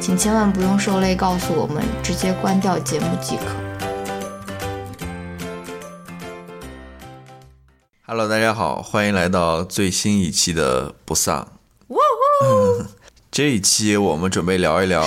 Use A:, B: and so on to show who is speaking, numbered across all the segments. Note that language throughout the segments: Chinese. A: 请千万不用受累告诉我们，直接关掉节目即可。
B: Hello，大家好，欢迎来到最新一期的不丧。 这一期我们准备聊一聊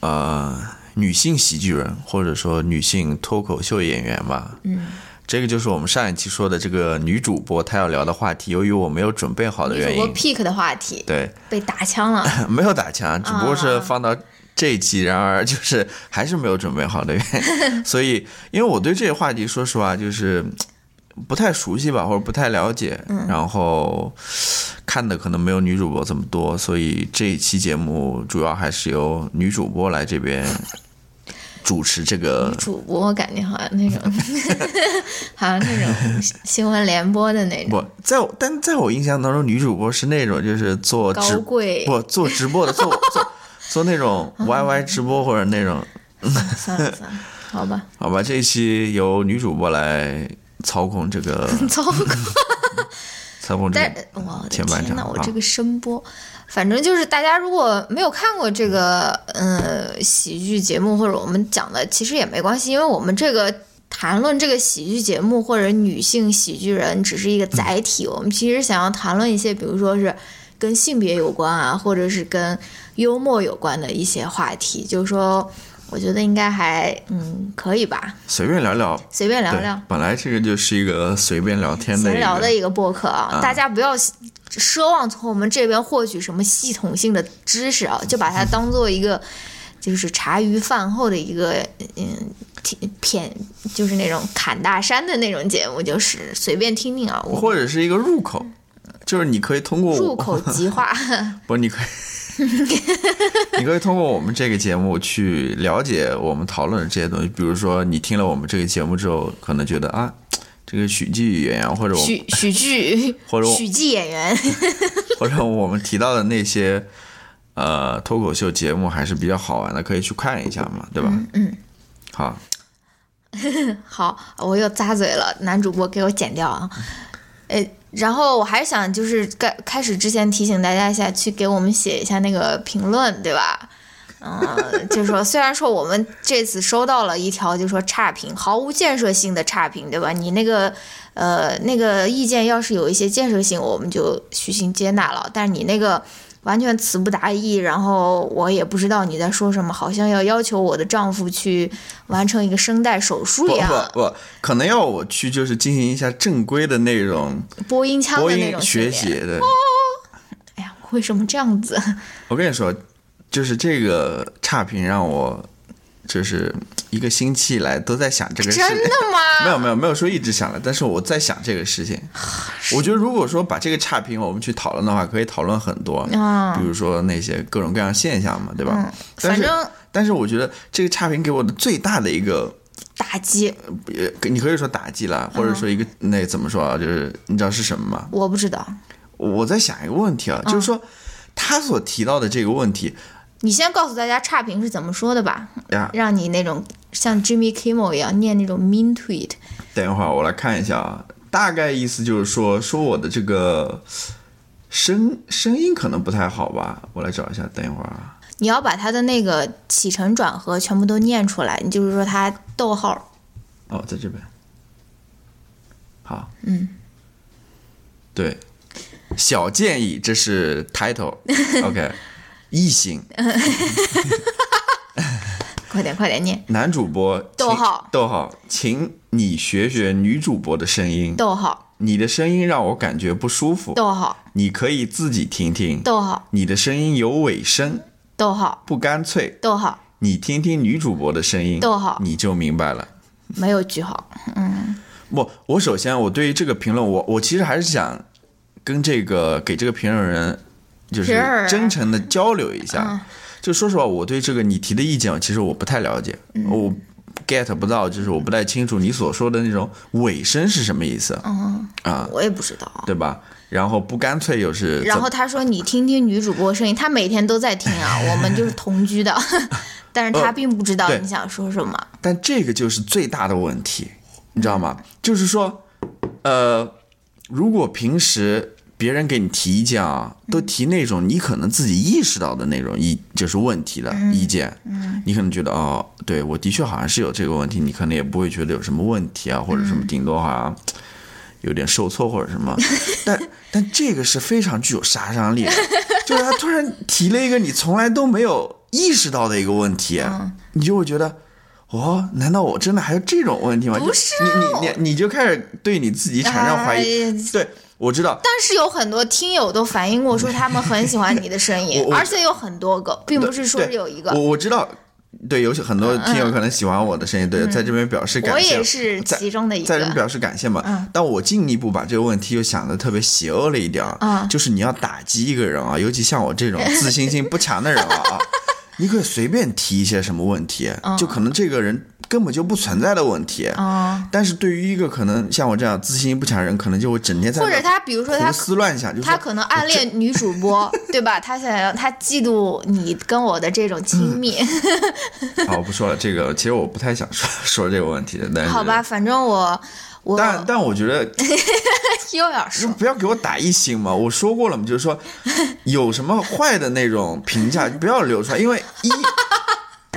B: 呃女性喜剧人或者说女性脱口秀演员吧。嗯，这个就是我们上一期说的这个女主播她要聊的话题。由于我没有准备好的原
A: 主播
B: 因，
A: pick 的话题
B: 对，
A: 被打枪了，
B: 没有打枪，只不过
A: 啊
B: 是放到这一期，然而就是还是没有准备好的原 因。所以，因为我对这个话题，说实话就是嗯不太熟悉吧，或者不太了解，
A: 嗯
B: 然后看的可能没有女主播这么多，所以这一期节目主要还是由女主播来这边主持这个。
A: 主播感觉好像那 种，好像那种新闻联播的那种
B: 不，在我但在我印象当中，女主播是那种就是做
A: 高
B: 直
A: 贵。
B: 不做直播的，做做做 那种 YY 直播或者那种
A: 算了算了，好吧，
B: 好吧，这一期由女主播来操控这 个
A: 糟糕。
B: 操控这
A: 但
B: 个。
A: 我的
B: 嗯前半
A: 天呐，
B: 场
A: 我
B: 啊
A: 这个声波，反正就是大家如果没有看过这个呃喜剧节目，或者我们讲的其实也没关系，因为我们这个谈论这个喜剧节目或者女性喜剧人只是
B: 嗯
A: 一个载体，我们其实想要谈论一些，比如说是跟性别有关啊，或者是跟幽默有关的一些话题，就是说。我觉得应该还嗯可以吧，
B: 随便聊聊，
A: 随便聊
B: 对
A: 聊，，
B: 本来这个就是一个随便聊天的
A: 闲
B: 一个
A: 聊的一个播客啊，
B: 啊
A: 大家不要奢望从我们这边获取什么系统性的知识啊，就把它当做一个就是茶余饭后的一个嗯听片，就是那种侃大山的那种节目，就是随便听听啊，我
B: 或者是一个入口，就是你可以通过
A: 入
B: 我，
A: 口即化。
B: 不，你可以， 你可以通过我们这个节目去了解我们讨论的这些东西。比如说，你听了我们这个节目之后，可能觉得啊，这个喜剧演啊员或 者我们
A: 许许剧
B: 或者我
A: 许剧演员，
B: 或者我们提到的那些呃脱口秀节目还是比较好玩的，可以去看一下嘛，对吧？嗯，好，
A: 好，我又扎嘴了，男主播给我剪掉啊。呃，然后我还想就是开开始之前提醒大家一下，去给我们写一下那个评论，对吧？嗯， 就是说，虽然说我们这次收到了一条，就说差评，毫无建设性的差评，对吧？你那个，呃，那个意见要是有一些建设性，我们就虚心接纳了。但是你那个完全词不达意，然后我也不知道你在说什么，好像要要求我的丈夫去完成一个声带手术
B: 不
A: 一样。
B: 不不，可能要我去就是进行一下正规的那种
A: 播音腔
B: 播
A: 的那
B: 音
A: 种
B: 学
A: 训
B: 习
A: 练。哦
B: 的。
A: 哎呀，为什么这样子？
B: 我跟你说，就是这个差评让我就是一个星期以来都在想这个 事
A: 真
B: 情。
A: 的吗？
B: 没有没有没有说一直想了，但是我在想这个事情。
A: 啊
B: 我觉得如果说把这个差评我们去讨论的话，可以讨论很多，
A: 啊
B: 比如说那些各种各样现象嘛，对吧？
A: 嗯
B: 但
A: 反
B: 是
A: 正
B: 但是我觉得这个差评给我的最大的一个，
A: 打击
B: 呃，你可以说打击
A: 嗯
B: 啦，或者说一个、那怎么说啊？就是你知道是什么吗？
A: 我不知道。
B: 我在想一个问题啊，
A: 嗯
B: 就是说他所提到的这个问题哎
A: 你先告诉大家差评是怎么说的吧，
B: 呀，
A: 让你那种像 Jimmy Kimmel 一样念那种 mean tweet。
B: 等一会儿我来看一下啊，大概意思就是说说我的这个声声音可能不太好吧，我来找一下，等一会儿啊，
A: 你要把他的那个起承转合全部都念出来，你就是说他逗号
B: 哦，在这边，好，嗯，对，小建议，这 是 title，OK，异性。
A: 快点快点念，
B: 男主播
A: 逗
B: 请
A: 号
B: 逗号，请你学学女主播的声音，
A: 逗号
B: 你的声音让我感觉不舒服，
A: 逗号
B: 你可以自己听听，
A: 逗号
B: 你的声音有尾声，
A: 逗号
B: 不干脆，
A: 逗号
B: 你听听女主播的声音，
A: 逗号
B: 你就明白了。
A: 没有句号，
B: 不，我首先我对于这个评论，我我其实还是想跟这个给这个评论人就
A: 评论
B: 是
A: 人啊
B: 真诚的交流一下。
A: 嗯
B: 就说实话，我对这个你提的意见，其实我不太了解，
A: 嗯
B: 我 get 不到，就是我不太清楚你所说的那种尾声是什么意思，
A: 嗯
B: 啊
A: 我也不知道。
B: 对吧？然后不干脆又是怎
A: 然后他说你听听女主播声音，他每天都在听啊，我们就是同居的， 但是他并不知道
B: 哦对
A: 你想说什么。
B: 但这个就是最大的问题，你知道吗？就是说，呃，如果平时别人给你提意见啊，都提那种你可能自己意识到的那种意，就是问题的意见，你可能觉得哦，对我的确好像是有这个问题，你可能也不会觉得有什么问题啊，或者什么，顶多好像。有点受挫或者什么，但但这个是非常具有杀伤力的，就是他突然提了一个你从来都没有意识到的一个问题，你就会觉得，哦，难道我真的还有这种问题吗？
A: 不
B: 就是你你你你就开始对你自己产生怀疑。
A: 哎
B: 对，我知道，
A: 但是有很多听友都反映过说他们很喜欢你的声音
B: 我，我
A: 而且有很多个，并不是说
B: 对
A: 有一
B: 我
A: 个。嗯
B: 我知道，对，有很多听友可能喜欢我的声音，对，在这边表示感
A: 我
B: 谢。
A: 也是
B: 在
A: 其中的一
B: 在这边
A: 个，嗯
B: 表示感谢嘛。但我进一步把这个问题又想的特别邪恶了一点儿，
A: 嗯
B: 就是你要打击一个人啊，尤其像我这种自信心不强的人啊 啊，你可以随便提一些什么问题，就可能这个人根本就不存在的问题。
A: 嗯，
B: 但是对于一个可能像我这样自信心不强的人，可能就会整天在
A: 或者
B: 那
A: 他比如说他
B: 胡思乱想，就
A: 他
B: 说
A: 可能暗 恋女主播，对吧？他想要他嫉妒你跟我的这种亲密，
B: 好，我不说了。这个其实我不太想说 说这个问题的，但是
A: 好吧？，反正我我
B: 哎 但但我觉得
A: 又要说
B: 就不要给我打一星嘛！我说过了嘛，就是说有什么坏的那种评价不要流出来，因为一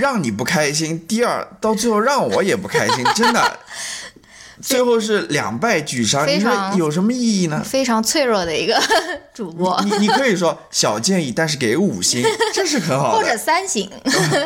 B: 让你不开心，第二到最后让我也不开心，真的，最后是两败俱伤。
A: 非
B: 你说
A: 常
B: 有什么意义 呢？
A: 非常脆弱的一个 主播，
B: 你你可以说小建议，但是给个五星，这是很好
A: 或者
B: 的。
A: 三星，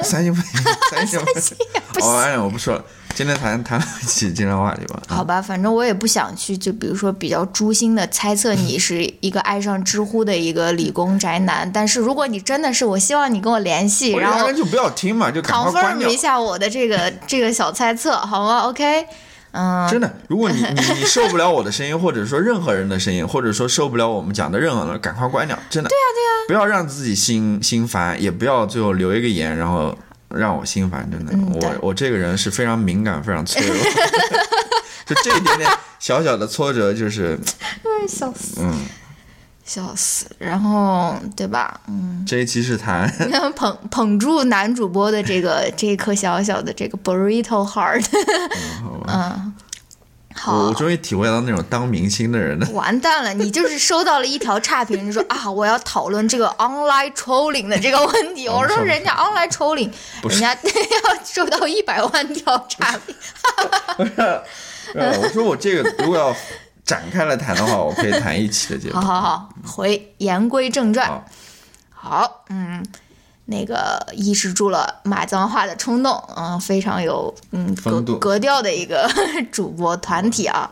B: 三星不行，三星不行。哦，哎，我不说了，今天谈谈一起经常话题吧。
A: 好吧，反正我也不想去，就比如说比较诛心的猜测你是一个爱上知乎的一个理工宅男，但是如果你真的是，我希望你跟我联系，
B: 我
A: 然
B: 压
A: 后
B: 根就不要听嘛，就赶快关
A: confirm
B: 掉
A: 一。下我的这个这个小猜测，好吗？OK，嗯，
B: 真的，如果你你你受不了我的声音，或者说任何人的声音，或者说受不了我们讲的任何人，赶快关掉。真
A: 啊
B: 的，对呀、对呀、不要让自己心心烦，也不要最后留一个言，然后让我心烦。真的，
A: 嗯对
B: 我我这个人是非常敏感、非常脆弱， 就这一点点小小的挫折，就是
A: 笑死，
B: 嗯，
A: 笑死，然后对吧？嗯，
B: 这一期是谈
A: 捧捧住男主播的这个这一颗小小的这个 burrito heart，嗯，
B: 我
A: 好
B: 我，终于体会到那种当明星的 人的
A: 完蛋了，你就是收到了一条差评， 你说啊，我要讨论这个 online trolling 的这个问 题。我说人家 online trolling，人家 要收到一百万条差评，
B: 呃，我说我这个如果要展开来谈的话，我可以谈一期的节
A: 好
B: 目。
A: 好好，回言归正传
B: 好。
A: 好，嗯，那个抑制住了骂脏话的冲动，嗯，非常有嗯格
B: 风度
A: 格调的一个主播团体啊。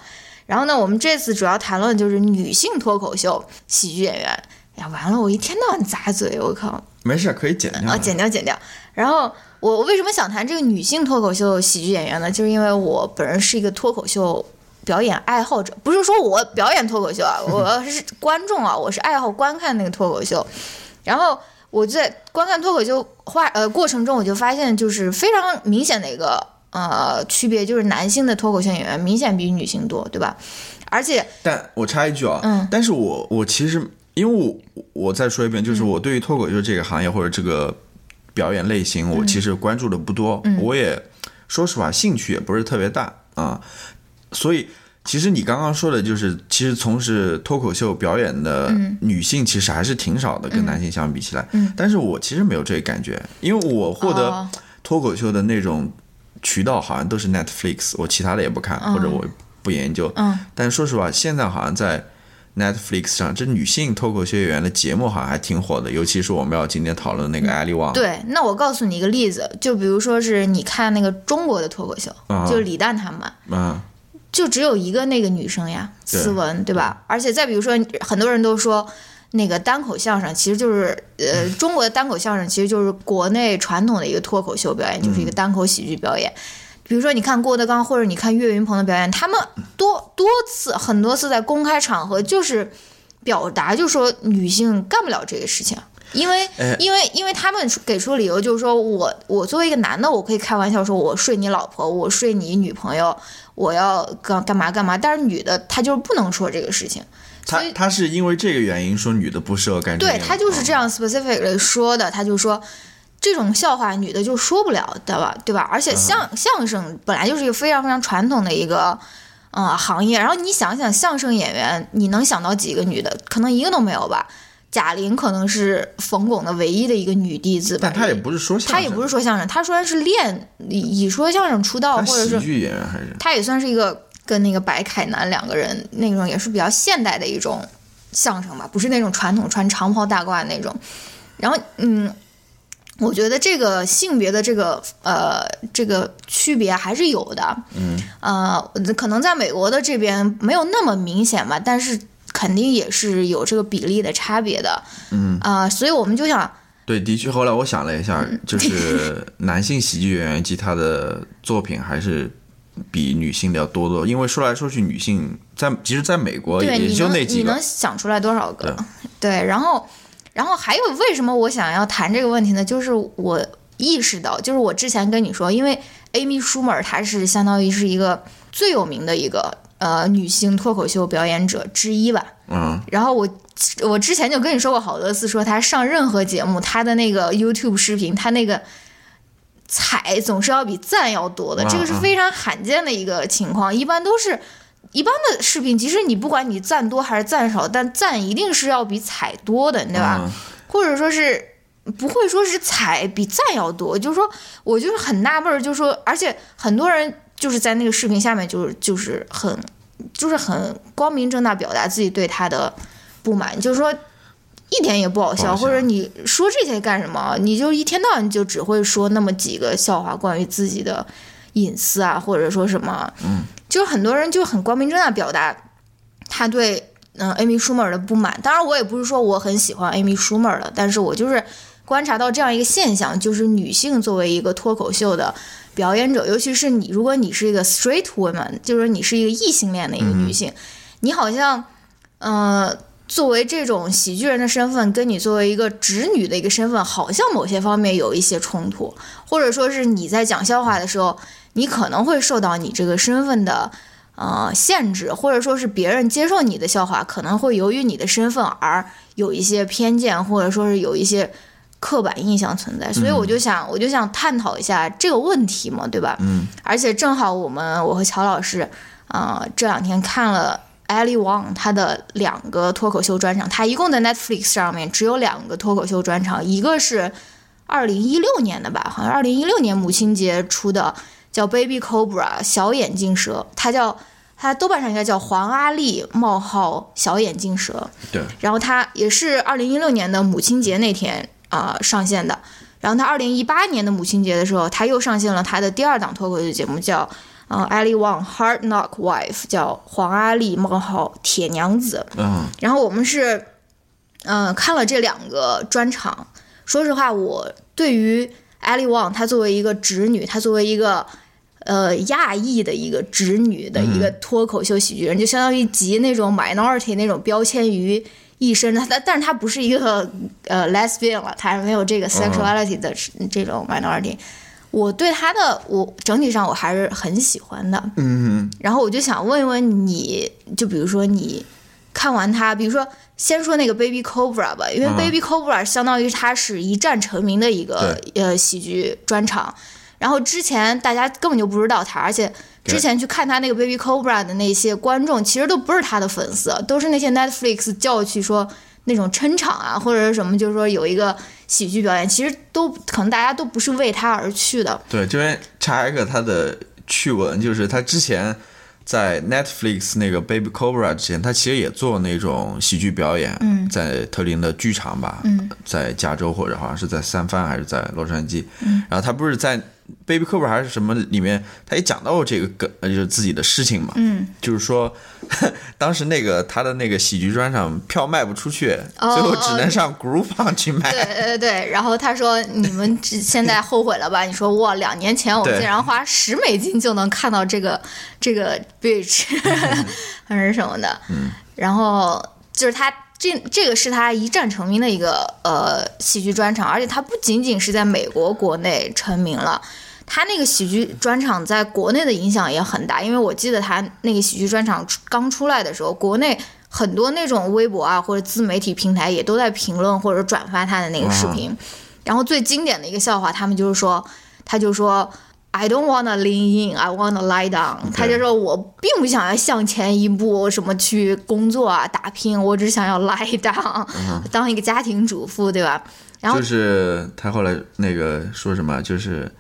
A: 然后呢，我们这次主要谈论就是女性脱口秀喜剧演员。哎呀，完了，我一天到晚砸嘴，我靠！
B: 没事，可以剪掉
A: 啊，
B: 的。
A: 剪掉剪掉。然后我我为什么想谈这个女性脱口秀喜剧演员呢？就是因为我本人是一个脱口秀表演爱好者，不是说我表演脱口秀啊，我是观众啊，我是爱好观看那个脱口秀。然后我在观看脱口秀话呃过程中，我就发现就是非常明显的一个呃区别，就是男性的脱口秀演员明显比女性多，对吧？而且
B: 但我插一句啊，
A: 嗯
B: 但是我我其实因为我我再说一
A: 嗯
B: 遍，就是我对于脱口秀这个行业或者这个表演类型，
A: 嗯
B: 我其实关注的不多，我也说实话兴趣也不是特别大啊，所以。其实你刚刚说的就是，其实从事脱口秀表演的
A: 嗯
B: 女性其实还是挺少的，跟男性相比起来。嗯，但是我其实没有这个感觉，因为我获
A: 哦
B: 得脱口秀的那种渠道好像都是
A: 哦
B: Netflix，我其他的也不看，或者我不研究。
A: 嗯，
B: 但说实话，现在好像在 Netflix 上，这女性脱口秀演员的节目好像还挺火的，尤其是我们要今天讨论那个艾利
A: 嗯
B: 旺。
A: 对，那我告诉你一个例子，就比如说是你看那个中国的脱口秀，
B: 啊
A: 就是李诞他们，
B: 啊，
A: 就只有一个那个女生呀，
B: 对
A: 思文，对吧？而且再比如说，很多人都说。那个单口相声其实就是，呃，
B: 嗯
A: 中国的单口相声其实就是国内传统的一个脱口秀表演，就是一个单口喜剧表演。比如说，你看郭德纲或者你看岳云鹏的表演，他们
B: 嗯
A: 多多次、很多次在公开场合就是表达，就说女性干不了这个事情，因为、
B: 哎
A: 因为因为他们给出的理由就是说我我作为一个男的，我可以开玩笑说我睡你老婆，我睡你女朋友，我要干干嘛干嘛，但是女的她就是不能说这个事情，所
B: 她
A: 以
B: 她是因为这个原因说女的不适合干这个。
A: 对她就是这样 specifically 说的，她就说。这种笑话女的就说不了，对吧？对吧？而且
B: 嗯
A: 相、相声本来就是一个非常非常传统的一个，呃，行业。然后你想想，相声演员你能想到几个女的？可能一个都没有吧。贾玲可能是冯巩的唯一的一个女弟子吧。
B: 哦但她也不是说相声，
A: 她也不是说相声，她虽然是练以以说相声出道，
B: 她
A: 或者
B: 喜
A: 是
B: 剧演员还是
A: 她也算是一个跟那个白凯南两个人那种也是比较现代的一种相声吧，不是那种传统穿长袍大褂那种。然后，嗯，我觉得这个性别的这个呃这个区别还是有的，
B: 嗯，
A: 呃，可能在美国的这边没有那么明显吧，但是肯定也是有这个比例的差别的，嗯啊、所以我们就想。
B: 对，的确。后来我想了一下，就是
A: 嗯
B: 男性喜剧演员及他的作品还是比女性的要多多，因为说来说去，女性在其实在美国
A: 对，
B: 也
A: 你
B: 就
A: 能
B: 那
A: 你
B: 几
A: 能
B: 个。
A: 想出来多少个？ 对，然后然后还有为什么我想要谈这个问题呢？就是我意识到，就是我之前跟你说，因为 Amy Schumer 她是相当于是一个最有名的一个呃女性脱口秀表演者之一吧。
B: 嗯，
A: 然后我我之前就跟你说过好多次，说她上任何节目，她的那个 YouTube 视频，她那个。踩总是要比赞要多的，
B: 啊
A: 这个是
B: 啊
A: 非常罕见的一个情况，一般都是一般的视频，即使你不管你赞多还是赞少，但赞一定是要比踩多的，对吧？
B: 嗯
A: 或者说是不会说是踩比赞要多，就是说我就是很纳闷儿，就是说，而且很多人就是在那个视频下面就是就是很就是很光明正大表达自己对他的不满，就是说。一点也不好
B: 不
A: 笑，
B: 好笑
A: 或者你说这些干什么？你就一天到晚就只会说那么几个笑话，关于自己的隐私啊，或者说什么，嗯，就是很多人就很光明正大表达他对嗯、呃 Amy Schumer 的不满。当然，我也不是说我很喜欢 Amy Schumer 了，但是我就是观察到这样一个现象，就是女性作为一个脱口秀的表演者，尤其是你，如果你是一个 straight woman，就是你是一个异性恋的一个女性，你好像，呃。作为这种喜剧人的身份，跟你作为一个直女的一个身份，好像某些方面有一些冲突，或者说是你在讲笑话的时候，你可能会受到你这个身份的呃限制，或者说是别人接受你的笑话，可能会由于你的身份而有一些偏见，或者说是有一些刻板印象存在。所以我就想，我就想探讨一下这个问题嘛，对吧？
B: 嗯。
A: 而且正好我们我和乔老师，呃，这两天看了。Ali Wong 他的两个脱口秀专场，他一共在 Netflix 上面只有两个脱口秀专场，一个是二零一六年的吧，好像二零一六年母亲节出的，叫 Baby Cobra 小眼镜蛇，它叫它豆瓣上应该叫黄阿丽冒号小眼镜蛇，
B: 对，
A: 然后它也是二零一六年的母亲节那天啊、呃上线的，然后它二零一八年的母亲节的时候，它又上线了它的第二档脱口秀节目叫。呃 a l i Wong Hard Knock Wife 叫黄阿丽冒号铁娘子，
B: 嗯，
A: 然后我们是，嗯、看了这两个专场。说实话，我对于 Ali Wong，她作为一个直女，她作为一个呃亚裔的一个直女的一个脱口秀喜剧人，就相当于集那种 minority 那种标签于一身的。但但是她不是一个呃 lesbian 了，她还没有这个 sexuality 的这种 minority。我对她的我整体上我还是很喜欢的，
B: 嗯，
A: 然后我就想问一问你，就比如说你看完他，比如说先说那个 Baby Cobra 吧，因为
B: 嗯
A: Baby Cobra 相当于它是一战成名的一个呃喜剧专场，然后之前大家根本就不知道他，而且
B: 对
A: 之前去看他那个 Baby Cobra 的那些观众，其实都不是他的粉丝，都是那些 Netflix 叫去说那种撑场啊，或者是什么，就是说有一个喜剧表演，其实都可能大家都不是为他而去的。
B: 对，这边插一个他的趣闻，就是他之前在 Netflix 那个 Baby Cobra 之前，他其实也做那种喜剧表演，
A: 嗯
B: 在特林的剧场吧，
A: 嗯
B: 在加州或者好像是在三藩还是在洛杉矶，
A: 嗯
B: 然后他不是在 Baby Cobra 还是什么里面，他也讲到过这个梗，呃就是自己的事情嘛，
A: 嗯，
B: 就是说当时那个他的那个喜剧专场票卖不出去，
A: 哦
B: 最后只能上 Groupon 去买，
A: 对对对，然后他说你们只现在后悔了吧？你说哇，两年前我
B: 对
A: 竟然花十美金就能看到这个这个 bitch 还是什么的，嗯，然后就是他。这这个是他一战成名的一个呃喜剧专场，而且他不仅仅是在美国国内成名了，他那个喜剧专场在国内的影响也很大，因为我记得他那个喜剧专场出刚出来的时候，国内很多那种微博啊或者自媒体平台也都在评论或者转发他的那个视频。然后最经典的一个笑话，他们就是说，他就说。I don't wanna lean in, I wanna lie down。他就说我并不想要向前一步，什么去工作啊、打拼，我只想要 lie down，、当一个家庭主妇，对吧？然后
B: 就是他后来那个说什么，就是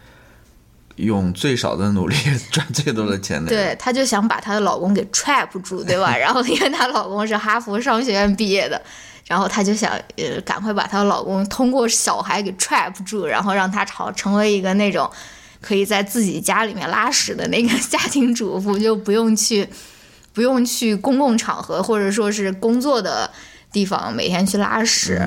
B: 用最少的努力 赚最多的钱的，，
A: 对，她就想把她的老公给 trap 住，对吧？然后因为她老公是哈佛商学院毕业的，然后她就想呃赶快把她的老公通过小孩给 trap 住，然后让他朝成为一个那种可以在自己家里面拉屎的那个家庭主妇，就不用去不用去公共场合或者说是工作的地方每天去拉屎。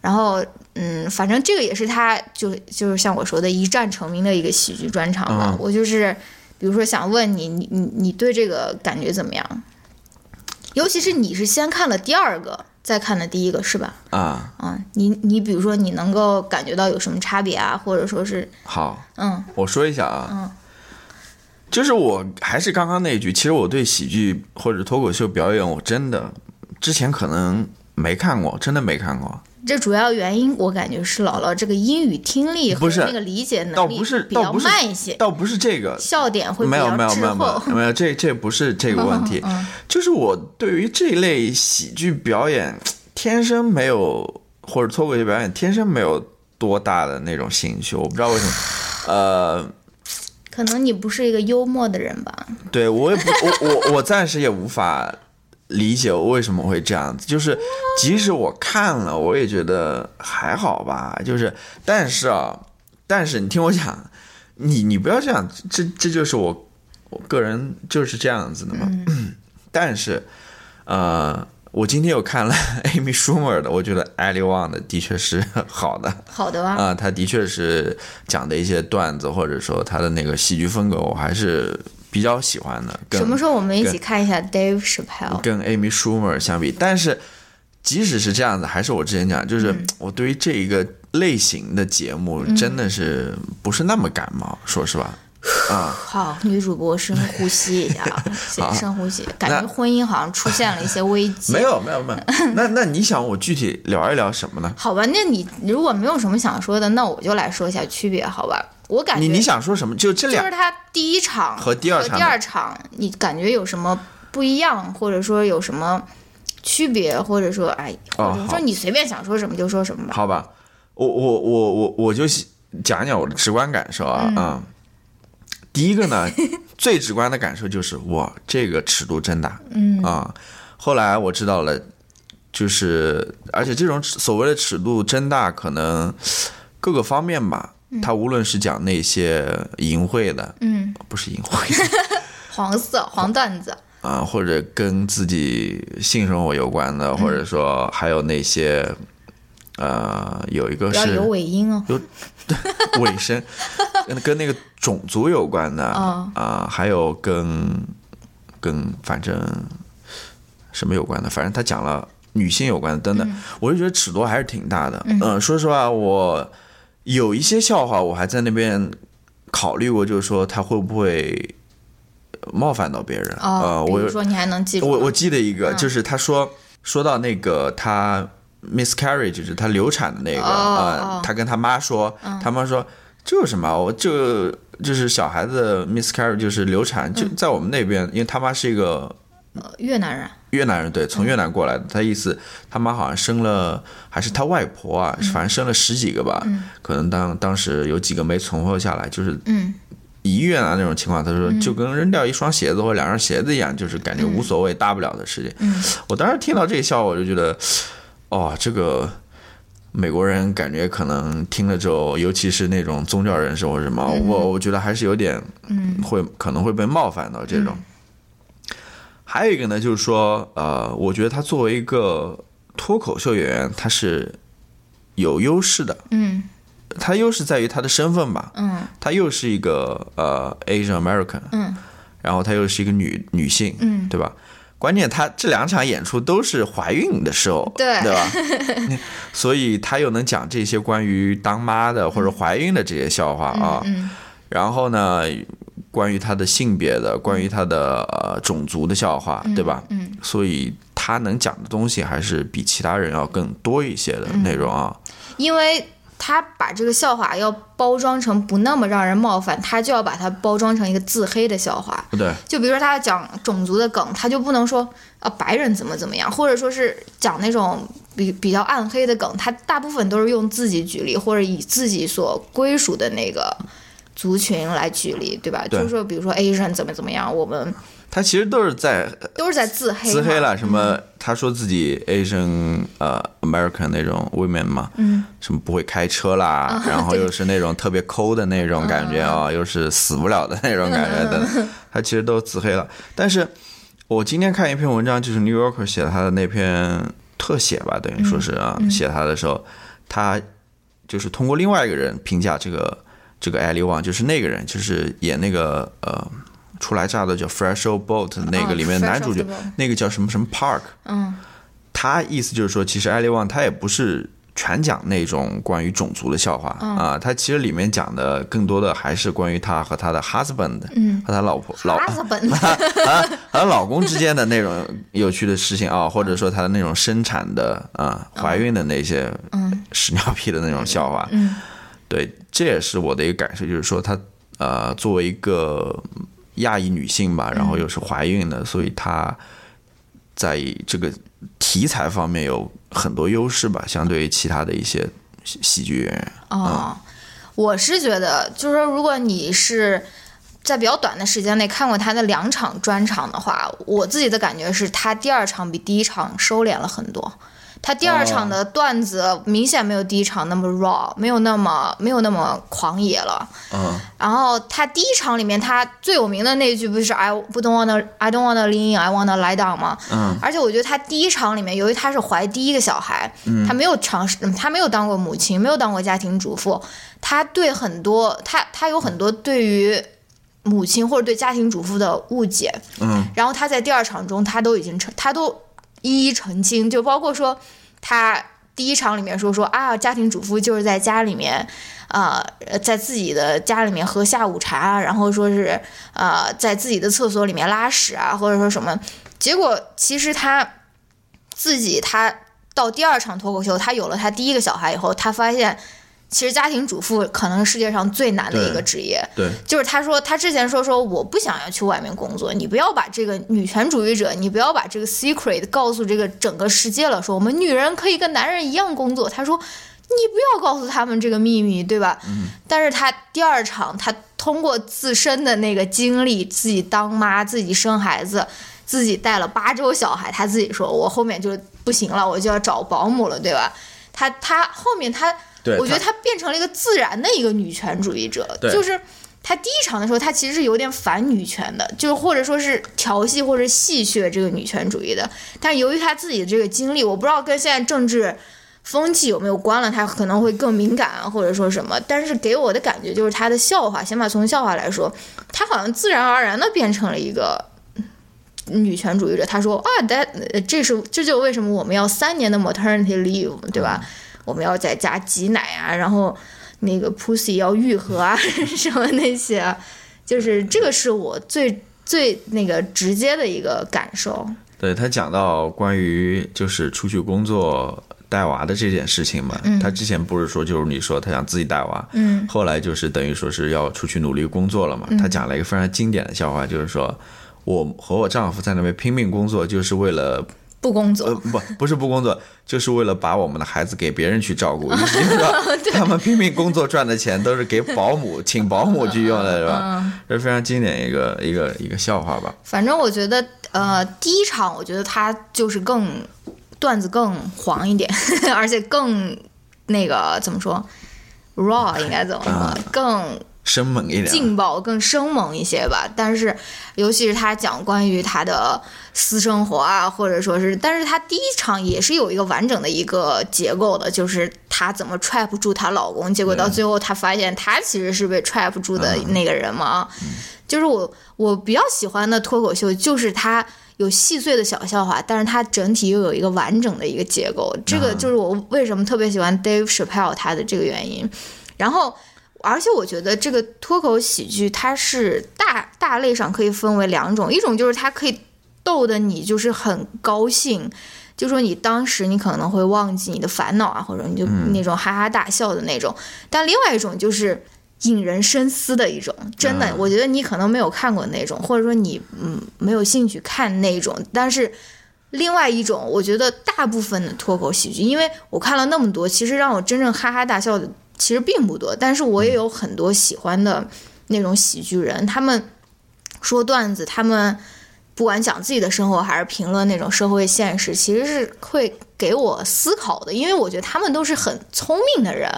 A: 然后，嗯，反正这个也是她就就是像我说的一战成名的一个喜剧专场吧。
B: 嗯
A: 我就是，比如说想问你，你你你对这个感觉怎么样？尤其是你是先看了第二个，再看的第一个是吧？
B: 啊，
A: 嗯，你你比如说你能够感觉到有什么差别啊，或者说是
B: 好，
A: 嗯
B: 我说一下啊，就是我还是刚刚那一句，其实我对喜剧或者脱口秀表演，我真的之前可能没看过，真的没看过，
A: 这主要原因，我感觉是姥姥这个英语听力和
B: 不是
A: 那个理解
B: 倒
A: 能力
B: 不是，
A: 比
B: 倒
A: 较
B: 不是
A: 慢一些，
B: 倒不是这个，
A: 笑点会比
B: 没有
A: 较
B: 没有没
A: 滞
B: 有没
A: 后。嗯
B: 有没有，这这不是这个问题， 就是我对于这类喜剧表演天生没有，或者脱口秀表演天生没有多大的那种兴趣，我不知道为什么。呃，
A: 可能你不是一个幽默的人吧？
B: 对我也不，我我我暂时也无法理解我为什么会这样子。就是即使我看了，我也觉得还好吧。就是，但是啊，但是你听我讲，你你不要这样，这这就是我我个人就是这样子的嘛。 但是，呃。我今天有看了 Amy Schumer 的，我觉得 Ali Wong 的的确是 好的，
A: 好的吧？
B: 啊、他的确是讲的一些段子，或者说他的那个喜剧风格，我还是比较喜欢的。跟
A: 什么时候我们一起
B: 跟
A: 看一下 Dave Chappelle？
B: 跟 Amy Schumer 相比，但是即使是这样子，还是我之前讲，就是
A: 嗯
B: 我对于这一个类型的节目真的是不是那么感冒，
A: 嗯
B: 说实话。
A: 好，女主播深呼吸一 下啊，深深呼吸，感觉婚姻好像出现了一些危机。
B: 没有没有没有，那那你想我具体聊一聊什么呢？
A: 好吧，那你如果没有什么想说的，那我就来说一下区别，好吧？我感觉
B: 你你想说什么？就这
A: 就
B: 两
A: 是他第一场
B: 和第二场的
A: 第二场，你感觉有什么不一样，或者说有什么区别，或者说哎，
B: 哦
A: 或者
B: 好
A: 说你随便想说什么就说什么吧。
B: 好吧，我我我我我就讲讲我的直观感受啊啊、嗯第一个呢，最直观的感受就是哇，这个尺度真大，嗯啊、后来我知道了，就是而且这种尺所谓的尺度真大，可能各个方面吧。他无论是讲那些淫秽的，
A: 嗯，
B: 不是淫秽
A: 黄色黄段子，
B: 啊、或者跟自己性生活有关的，或者说还有那些，呃，有一个
A: 不要
B: 是
A: 有尾音哦。
B: 尾声，跟跟那个种族有关的啊
A: 哦、
B: 还有跟跟反正什么有关的，反正他讲了女性有关的等等，
A: 嗯
B: 我就觉得尺度还是挺大的。嗯、说实话，我有一些笑话，我还在那边考虑过，就是说他会不会冒犯到别人啊、
A: 哦
B: 呃
A: 比
B: 我
A: 如说你还能记住
B: 我
A: 吗
B: 我记得一
A: 嗯
B: 个，就是他说说到那个他 miscarriage，就是他流产的那个，
A: 哦
B: 呃
A: 哦，嗯
B: 他跟他妈说，他妈说这有什么啊，我就就是小孩子 miscarriage 就是流产，
A: 嗯
B: 就在我们那边，因为他妈是一个
A: 呃越南人，
B: 越南人，对，从
A: 嗯
B: 越南过来的，他意思他妈好像生了，还是他外婆
A: 嗯
B: 啊，反正生了十几个吧，可能当当时有几个没存活下来，就是
A: 嗯
B: 遗愿啊那种情况，他说就跟扔掉一双鞋子或者两双鞋子一样，就是感觉无所谓，大不了的事情。我当时听到这一笑，我就觉得，哦，这个美国人感觉可能听了之后，尤其是那种宗教人士或者什么，我我觉得还是有点，嗯，会可能会被冒犯到这种。还有一个呢，就是说，呃，我觉得他作为一个脱口秀演员，他是有优势的。
A: 嗯
B: 他优势在于他的身份吧，
A: 嗯
B: 他又是一个呃 Asian American，
A: 嗯
B: 然后她又是一个女女性，
A: 嗯
B: 对吧？关键她这两场演出都是怀孕的时候，
A: 对
B: 吧？ 所以她又能讲这些关于当妈的或者怀孕的这些笑话啊。
A: 嗯
B: 然后呢，关于她的性别的，关于她的呃种族的笑话，对吧？
A: 嗯，
B: 所以她能讲的东西还是比其他人要更多一些的
A: 嗯
B: 内容啊。
A: 因为他把这个笑话要包装成不那么让人冒犯，他就要把它包装成一个自黑的笑话。
B: 对，
A: 就比如说他讲种族的梗，他就不能说啊白人怎么怎么样，或者说是讲那种比比较暗黑的梗，他大部分都是用自己举例或者以自己所归属的那个族群来举例，对吧？
B: 对
A: 就是说比如说 Asian 怎么怎么样，我们
B: 她其实都是在
A: 都是在自黑嘛。嗯
B: 自黑了，什么他说自己 Asian 呃 American 那种 women 嘛，
A: 嗯，啊
B: 什么不会开车啦， 然后又是那种特别抠的那种感觉
A: 嗯
B: 啊、又是死不了的那种感觉的， 他其实都自黑了。但是我今天看一篇文章，就是 New Yorker 写他的那篇特写吧，等于说
A: 嗯
B: 是啊，写他的时候，他就是通过另外一个人评价这个这个艾利旺，就是那个人，就是演那个呃。初来乍到叫 Fresh o Boat 那个里面的男主角
A: Fresh Off the 哦 Boat
B: 那个叫什么什么 Park，
A: 嗯
B: 他意思就是说，其实艾利旺他也不是全讲那种关于种族的笑话、
A: 嗯
B: 啊，他其实里面讲的更多的还是关于他和他的 husband，
A: 嗯，
B: 和他老婆老
A: 拉子本
B: 和她老公之间的那种有趣的事情 啊，或者说她的那种生产的啊、怀孕的那些屎尿屁的那种笑话，
A: 嗯
B: 对，这也是我的一个感受，就是说她呃作为一个亚裔女性吧，然后又是怀孕的，所以她在这个题材方面有很多优势吧，相对于其他的一些喜喜剧演员。
A: 哦，我是觉得，就是说，如果你是在比较短的时间内看过他的两场专场的话，我自己的感觉是他第二场比第一场收敛了很多。他第二场的段子明显没有第一场那么 raw，没有那么没有那么狂野了。
B: 嗯，
A: 然后他第一场里面，他最有名的那一句不是 "I 不 don't wanna I don't wanna lean in, I wanna lie down" 吗？
B: 嗯，
A: 而且我觉得他第一场里面，由于他是怀第一个小孩，他没有尝试，嗯他没有当过母亲，没有当过家庭主妇，他对很多他他有很多对于母亲或者对家庭主妇的误解，
B: 嗯，
A: 然后他在第二场中，他都已经成，他都一一澄清，就包括说他第一场里面说说啊，家庭主妇就是在家里面，呃，在自己的家里面喝下午茶啊，然后说是呃，在自己的厕所里面拉屎啊，或者说什么，结果其实他自己他到第二场脱口秀，他有了他第一个小孩以后，他发现。其实家庭主妇可能世界上最难的一个
B: 对
A: 职业，
B: 对，
A: 就是他说他之前说说我不想要去外面工作，你不要把这个女权主义者，你不要把这个 secret 告诉这个整个世界了，说我们女人可以跟男人一样工作。他说你不要告诉他们这个秘密，对吧？嗯、但是他第二场他通过自身的那个经历，自己当妈，自己生孩子。自己带了八周小孩，他自己说：“我后面就不行了，我就要找保姆了，对吧？”他他后面他
B: 对
A: 我觉得
B: 他
A: 她变成了一个自然的一个女权主义者，
B: 对
A: 就是她第一场的时候，她其实是有点反女权的，就是或者说是调戏或者戏谑这个女权主义的。但是由于她自己的这个经历，我不知道跟现在政治风气有没有关了，她可能会更敏感啊，或者说什么。但是给我的感觉就是她的笑话，先把从笑话来说，她好像自然而然的变成了一个。女权主义者，她说啊，但这是这就是为什么我们要三年的 maternity leave，对吧？我们要在家挤奶啊，然后那个 pussy 要愈合啊， 什么那些啊，就是这个是我最最那个直接的一个感受。
B: 对他讲到关于就是出去工作带娃的这件事情嘛，他之前不是说就是你说他想自己带娃，
A: 嗯，
B: 后来就是等于说是要出去努力工作了嘛，他讲了一个非常经典的笑话，就是说我和我丈夫在那边拼命工作，就是为了
A: 不工作。
B: 呃，不，不是不工作，就是为了把我们的孩子给别人去照顾。你比如说， 他们拼命工作赚的钱都是给保姆、请保姆去用的，是吧？这是非常经典一个一个一个笑话吧。
A: 反正我觉得，呃，第一场我觉得他就是更段子更黄一点， 而且更那个怎么说，raw 应该怎么说，更
B: 生猛一点，
A: 劲爆、更生猛一些吧。但是，尤其是他讲关于他的私生活啊，或者说是，但是他第一场也是有一个完整的一个结构的，就是她怎么 trap 住她老公，结果到最后她发现她其实是被 trap 住的那个人嘛啊。就是我我比较喜欢的脱口秀，就是它有细碎的小笑话，但是它整体又有一个完整的一个结构。这个就是我为什么特别喜欢 Dave Chappelle 他的这个原因。然后，而且我觉得这个脱口喜剧它是大大类上可以分为两种，一种就是它可以逗得你就是很高兴。就说你当时你可能会忘记你的烦恼啊，或者你就那种哈哈大笑的那种，但另外一种就是引人深思的一种，真的，我觉得你可能没有看过那种，或者说你嗯没有兴趣看那种，但是。另外一种，我觉得大部分的脱口喜剧，因为我看了那么多，其实让我真正哈哈大笑的其实并不多，但是我也有很多喜欢的那种喜剧人，他们说段子，他们不管讲自己的生活，还是评论那种社会现实，其实是会给我思考的，因为我觉得他们都是很聪明的人，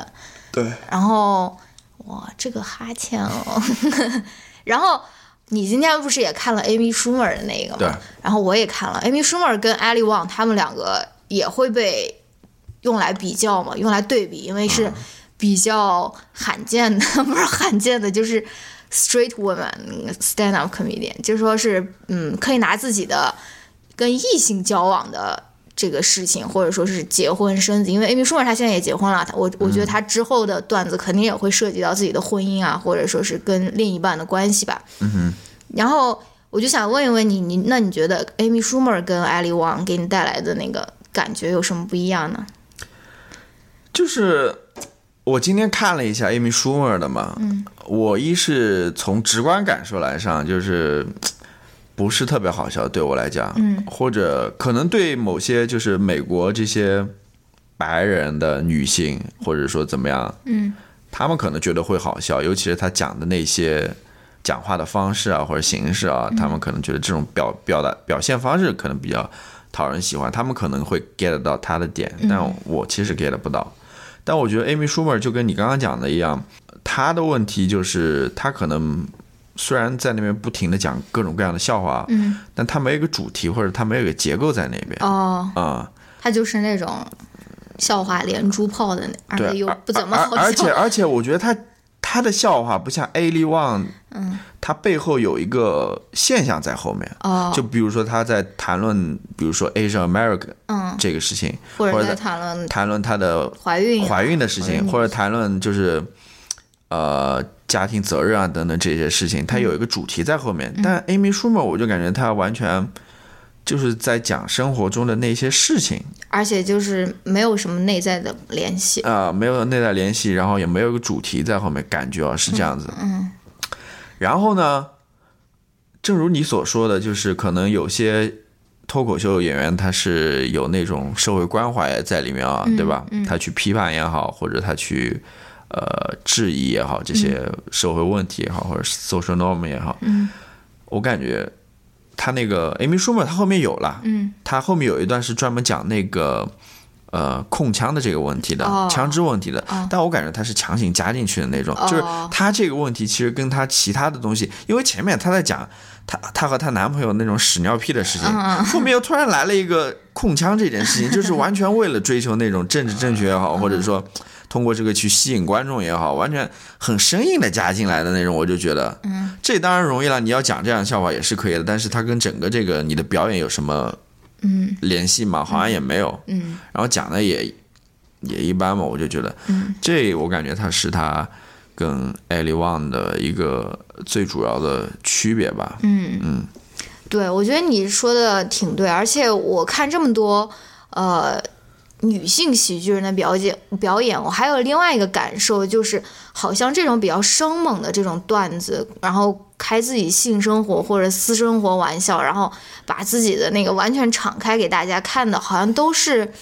B: 对，
A: 然后哇，这个哈欠哦， 然后你今天不是也看了 Amy Schumer 的那个
B: 对
A: 吗？然后我也看了 Amy Schumer 跟 Ali Wong 他们两个也会被用来比较嘛，用来对比，因为是比较罕见的， 不是罕见的，就是 straight woman stand up comedian，就是说是嗯，可以拿自己的跟异性交往的这个事情，或者说是结婚生子，因为 Amy Schumer 她现在也结婚了，她我我觉
B: 嗯
A: 得她之后的段子肯定也会涉及到自己的婚姻啊，或者说是跟另一半的关系吧。嗯哼。然后我就想问一问你，你那你觉得 Amy Schumer 跟 Ali Wong 给你带来的那个感觉有什么不一样呢？
B: 就是我今天看了一下 Amy Schumer 的嘛，我一是从直观感受来上，就是嘖不是特别好笑，对我来讲，或者可能对某些就是美国这些白人的女性，或者说怎么样，
A: 嗯，
B: 他们可能觉得会好笑，尤其是她讲的那些。讲话的方式啊，或者形式啊，他们可能觉得这种表表达表现方式可能比较讨人喜欢，他们可能会 get 到他的点，但我其实 get 不到。但我觉得 Amy Schumer 就跟你刚刚讲的一样，她的问题就是她可能虽然在那边不停的讲各种各样的笑话，嗯，但她没有一个主题或者她没有一个结构在那边啊、
A: 哦，他就是那种笑话连珠炮的那，而且
B: 对，
A: 又
B: 而
A: 哎不怎么
B: 而
A: 好
B: 而且
A: 笑。
B: 而且我觉得她她的笑话不像 A Lee Wang，嗯，她背后有一个现象在后面。
A: 哦，
B: 就比如说她在谈论，比如说 Asian America
A: 嗯，
B: 这个事情，
A: 或
B: 或
A: 者
B: 者
A: 在
B: 在
A: 谈论
B: 谈论她的
A: 怀孕、
B: 怀孕的事情，或者谈论就是呃家庭责任啊等等这些事情，它有
A: 嗯
B: 一个主题在后面。但 Amy Schumer 我就感觉她完全就是在讲生活中的那些事情
A: 而且就是没有什么内在的联系。
B: 啊、没有内在联系，然后也没有一个主题在后面，感觉啊是这样子。嗯。然后呢，正如你所说的，就是可能有些。脱口秀演员他是有那种社会关怀在里面啊，对吧？他去批判也好，或者他去呃质疑也好，这些社会问题也好，或者 social norm 也好，嗯，我感觉他那个 Amy Schumer 他后面有了，嗯，他后面有一段是专门讲那个呃控枪的这个问题的，
A: 哦
B: 枪支问题的，但我感觉他是强行加进去的那种，就是
A: 哦
B: 他这个问题其实跟他其他的东西，因为前面他在讲。她她和她男朋友那种屎尿屁的事情，后面又突然来了一个控枪这件事情，就是完全为了追求那种政治正确也好，或者说通过这个去吸引观众也好，完全很生硬的加进来的那种，我就觉得，嗯，这当然容易了，你要讲这样的笑话也是可以的，但是它跟整个这个你的表演有什么嗯联系吗？好像也没有，嗯，然后讲的也也一般嘛，我就觉得，嗯，这我感觉它是它跟艾利旺的一个最主要的区别吧，嗯，
A: 对，我觉得你说的挺对，而且我看这么多，呃，女性喜剧人的表演表演，我还有另外一个感受，就是好像这种比较生猛的这种段子，然后开自己性生活或者私生活玩笑，然后把自己的那个完全敞开给大家看的，好像都是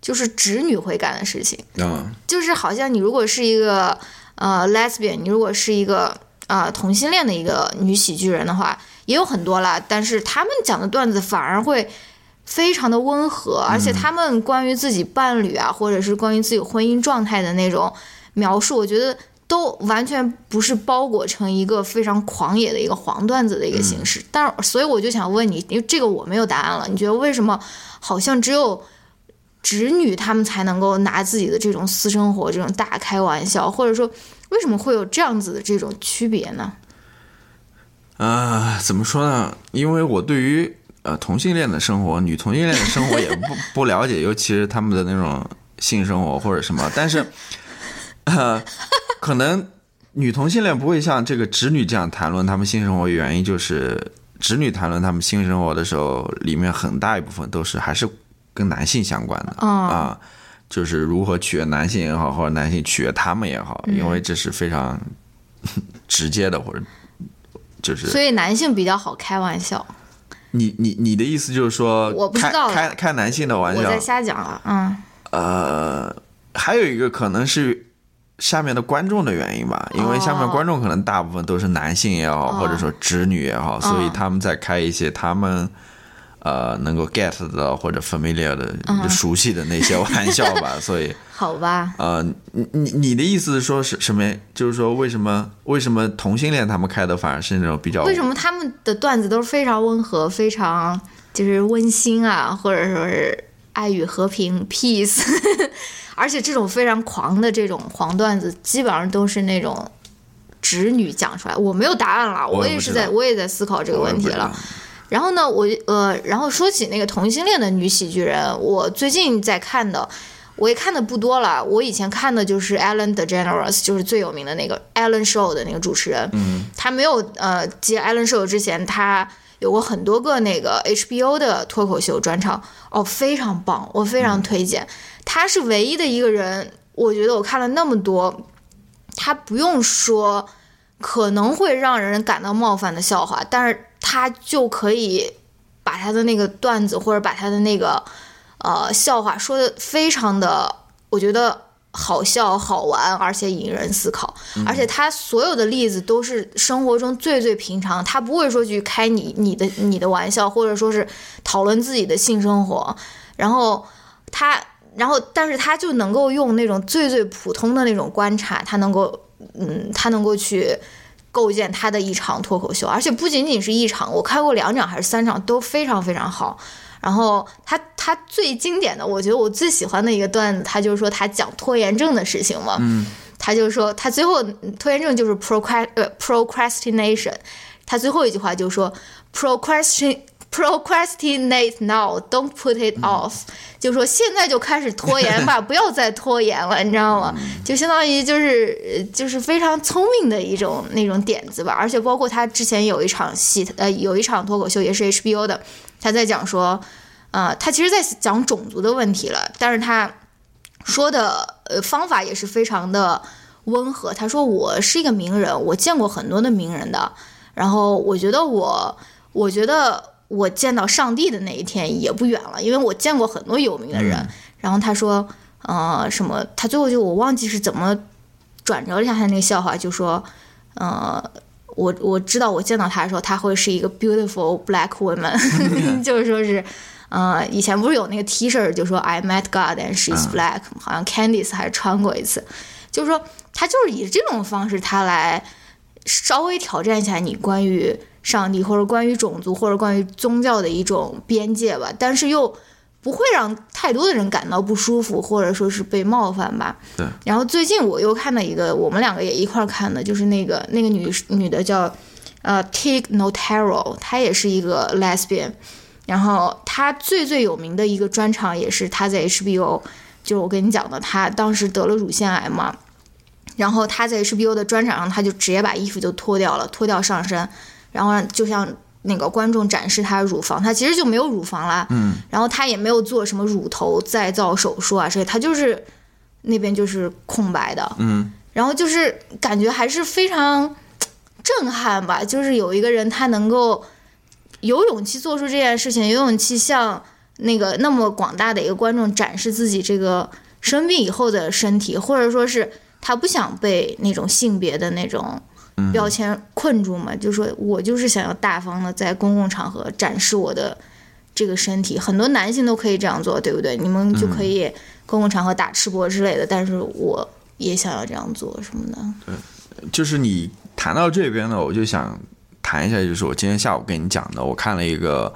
A: 就是直女会干的事情。
B: 啊，
A: 就是好像你如果是一个呃 lesbian，你如果是一个啊、呃同性恋的一个女喜剧人的话，也有很多啦，但是他们讲的段子反而会非常的温和，而且他们关于自己伴侣啊，或者是关于自己婚姻状态的那种描述，我觉得。都完全不是包裹成一个非常狂野的一个黄段子的一个形式，但是所以我就想问你，因为这个我没有答案了，你觉得为什么好像只有直女她们才能够拿自己的这种私生活这种大开玩笑，或者说为什么会有这样子的这种区别呢？
B: 啊，怎么说呢？因为我对于呃同性恋的生活、女同性恋的生活也不 不了解，尤其是他们的那种性生活或者什么，但是，呃，可能女同性恋不会像这个直女这样谈论他们性生活，原因就是直女谈论他们性生活的时候，里面很大一部分都是还是跟男性相关的、啊。就是如何取悦男性也好，或者男性取悦他们也好，因为这是非常直接的，或者就是
A: 所以男性比较好开玩笑，
B: 你你你的意思就是说，
A: 我不知道
B: 开开开男性啊的玩
A: 我在
B: 笑，
A: 瞎讲了，嗯，
B: 呃，还有一个可能是下面的观众的原因吧，因为
A: 哦
B: 下面观众可能大部分都是男性也好，或者说直女也好，所以
A: 嗯
B: 他们在开一些他们。呃，能够 get 到或者 familiar 的、
A: 嗯
B: 熟悉的那些玩笑吧，所以
A: 好吧，
B: 呃，你你你的意思是说是什么？就是说为什么为什么同性恋他们开的反而是那种比较
A: 为什么他们的段子都是非常温和，非常就是温馨啊，或者说是爱与和平 peace，而且这种非常狂的这种黄段子，基本上都是那种直女讲出来。我没有答案了，
B: 我也
A: 也
B: 不
A: 是
B: 知道
A: 在我也在思考这个
B: 我也
A: 问
B: 不
A: 题
B: 知道
A: 了。然后呢，我呃，然后说起那个同性恋的女喜剧人，我最近在看的，我也看的不多了。我以前看的就是 Ellen DeGeneres，就是最有名的那个 Ellen Show 的那个主持人。嗯，他没有呃接 Ellen Show 之前，他有过很多个那个 HBO 的脱口秀专场，哦，非常棒，我非常推荐。他是唯一的一个人，我觉得我看了那么多，他不用说。可能会让人感到冒犯的笑话，但是他就可以把他的那个段子或者把他的那个呃笑话说的非常的，我觉得好笑好玩，而且引人思考。而且他所有的例子都是生活中最最平常，他不会说去开你你的你的玩笑，或者说是讨论自己的性生活，然后他。然后，但是他就能够用那种最最普通的那种观察，他能够，嗯，他能够去构建他的一场脱口秀，而且不仅仅是一场，我看过两场还是三场，都非常非常好。然后他他最经典的，我觉得我最喜欢的一个段子，他就是说他讲拖延症的事情嘛，嗯，他就说他最后拖延症就是 procrast 呃 procrastination，他嗯最后一句话就说 procrastin procrastinate now don't put it off，、就说现在就开始拖延吧，不要再拖延了，你知道吗？就相当于就是呃就是非常聪明的一种那种点子吧，而且包括他之前有一场戏，呃，有一场脱口秀也是 HBO 的，他在讲说，呃，他其实在讲种族的问题了，但是他说的呃方法也是非常的温和。他说我是一个名人，我见过很多的名人的，然后我觉得我，我觉得我见到上帝的那一天也不远了，因为我见过很多有名的人。然后他说，呃，什么？他最后就我忘记是怎么转折了一下他那个笑话，就说，呃。我我知道，我见到他的时候，他会是一个 beautiful black woman，就是 说是，呃，以前不是有那个 T 恤儿就说 I met God and she's black，、好像 Candice 还穿过一次，就是说他就是以这种方式他来稍微挑战一下你关于上帝或者关于种族或者关于宗教的一种边界吧，但是又不会让太多的人感到不舒服或者说是被冒犯吧。
B: 对。
A: 然后最近我又看了一个，我们两个也一块儿看的，就是那个那个女女的叫呃 Tig Notaro，她也是一个 lesbian。然后她最最有名的一个专场也是她在 HBO，就是我跟你讲的，她当时得了乳腺癌嘛，然后她在 HBO 的专场上，她就直接把衣服就脱掉了，脱掉上身，然后就像那个观众展示她的乳房，她其实就没有乳房啦。嗯，然后她也没有做什么乳头再造手术啊，所以她就是那边就是空白的。
B: 嗯，
A: 然后就是感觉还是非常震撼吧，就是有一个人他能够有勇气做出这件事情，有勇气向那个那么广大的一个观众展示自己这个生病以后的身体，或者说是他不想被那种性别的那种标签困住嘛，就说我就是想要大方的在公共场合展示我的这个身体，很多男性都可以这样做，对不对？你们就可以公共场合打赤膊之类的，但是我也想要这样做什么的。
B: 就是你谈到这边呢，我就想谈一下，就是我今天下午跟你讲的，我看了一个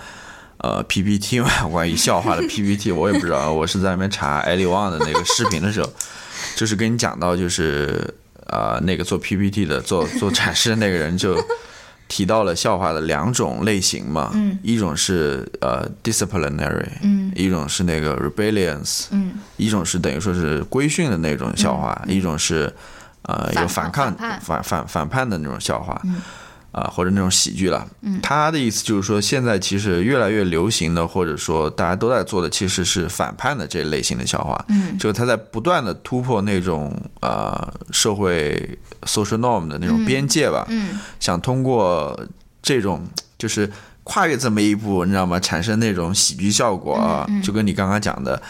B: 呃 PPT 嘛， 关于笑话的 PPT，我也不知道，我是在那边查艾利旺的那个视频的时候，就是跟你讲到，就是呃那个做 PPT 的做做展示的那个人就。提到了笑话的两种类型嘛，嗯、一种是呃 disciplinary，、嗯、一种是那个 rebellions，、
A: 嗯、
B: 一种是等于说是规训的那种笑话，一种是呃
A: 反
B: 有反抗
A: 反叛嗯
B: 反反反叛的那种笑话，啊、或者那种喜剧了。他的意思就是说，现在其实越来越流行的，或者说大家都在做的，其实是反叛的这类型的笑话。嗯，就是他在不断的突破那种呃社会 social norm 的那种边界吧。
A: 嗯
B: 想通过这种就是跨越这么一步，你知道吗？产生那种喜剧效果啊，
A: 嗯
B: 就跟你刚刚讲的。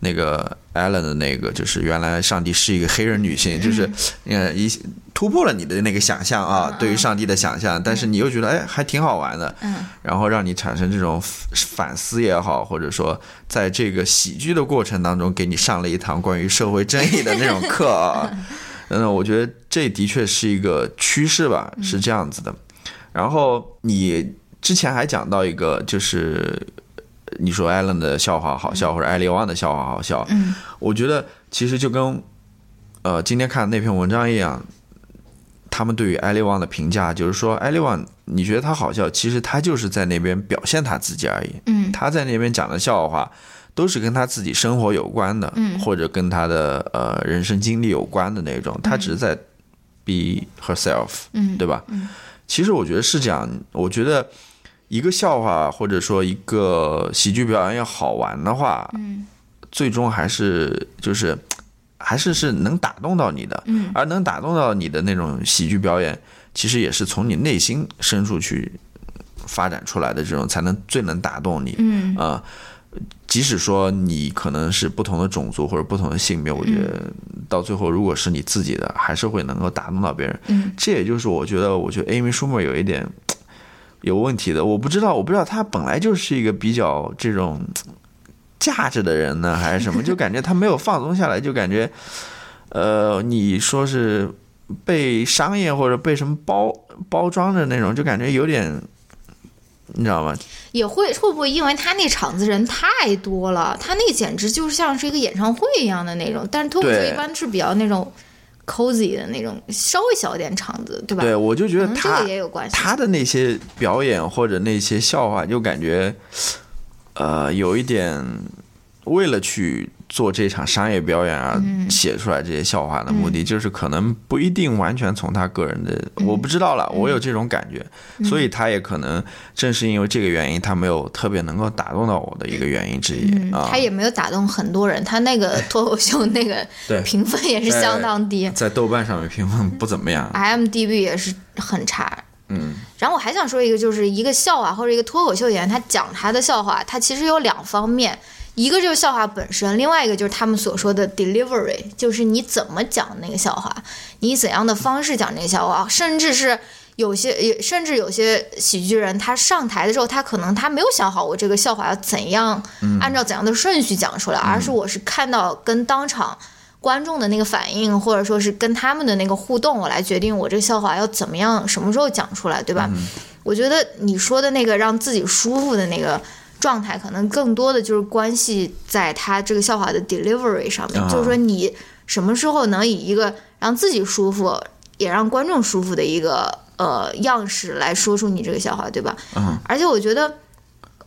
B: 那个 Allen 的那个，就是原来上帝是一个黑人女性，就是呃一突破了你的那个想象啊，对于上帝的想象，但是你又觉得哎还挺好玩的，
A: 嗯
B: 然后让你产生这种反思也好，或者说在这个喜剧的过程当中，给你上了一堂关于社会争议的那种课啊。嗯，我觉得这的确是一个趋势吧，是这样子的。然后你之前还讲到一个，就是你说艾伦的笑话好笑，或者艾利旺的笑话好笑。
A: 嗯，
B: 我觉得其实就跟呃今天看那篇文章一样，他们对于艾利旺的评价就是说，艾利旺你觉得他好笑，其实他就是在那边表现他自己而已。
A: 嗯
B: 他在那边讲的笑话都是跟他自己生活有关的，
A: 嗯
B: 或者跟他的呃人生经历有关的那种，他只是在 be herself，、
A: 嗯
B: 对吧？
A: 嗯
B: 其实我觉得是这样，我觉得一个笑话或者说一个喜剧表演要好玩的话，
A: 嗯
B: 最终还是就是还是是能打动到你的，
A: 嗯
B: 而能打动到你的那种喜剧表演，其实也是从你内心深处去发展出来的，这种才能最能打动你。
A: 嗯
B: 啊、即使说你可能是不同的种族或者不同的性别，我
A: 嗯
B: 觉得到最后如果是你自己的，还是会能够打动到别人。
A: 嗯
B: 这也就是我觉得，我觉得 Amy Schumer 有一点有问题的。我不知道，我不知道她本来就是一个比较这种架着的人呢，还是什么？就感觉她没有放松下来，就感觉，呃，你说是被商业或者被什么包包装的那种，就感觉有点，你知道吗？
A: 也会会不会因为他那场子人太多了，他那简直就是像是一个演唱会一样的那种。但是脱口秀
B: 对
A: 一般是比较那种 cozy 的那种，稍微小一点场子，对吧？
B: 对，我就
A: 可
B: 觉得
A: 能这
B: 她
A: 个也有关系。
B: 他的那些表演或者那些笑话，就感觉，呃，有一点为了去做这场商业表演而
A: 嗯
B: 写出来这些笑话的目的，就是可能不一定完全从他个人的，
A: 嗯
B: 我不知道了，我有这种感觉，所以他也可能正是因为这个原因，他没有特别能够打动到我的一个原因之一
A: 嗯
B: 啊。
A: 他也没有打动很多人，他那个脱口秀那个
B: 对
A: 评分也是相当低
B: 在豆瓣上面评分不怎么样，
A: 啊，IMDB 也是很差。
B: 嗯，
A: 然后我还想说一个，就是一个笑话或者一个脱口秀演员，他讲他的笑话，他其实有两方面，一个就是笑话本身，另外一个就是他们所说的 delivery，就是你怎么讲那个笑话，你以怎样的方式讲这个笑话，甚至是有些也甚至有些喜剧人，他上台的时候，他可能他没有想好我这个笑话要怎样，按照怎样的顺序讲出来，而是我是看到跟当场。观众的那个反应，或者说是跟他们的那个互动，我来决定我这个笑话要怎么样、什么时候讲出来，对吧？我觉得你说的那个让自己舒服的那个状态，可能更多的就是关系在他这个笑话的 delivery 上面，
B: 啊
A: 就是说你什么时候能以一个让自己舒服，也让观众舒服的一个呃样式来说出你这个笑话，对吧？
B: 嗯。
A: 而且我觉得。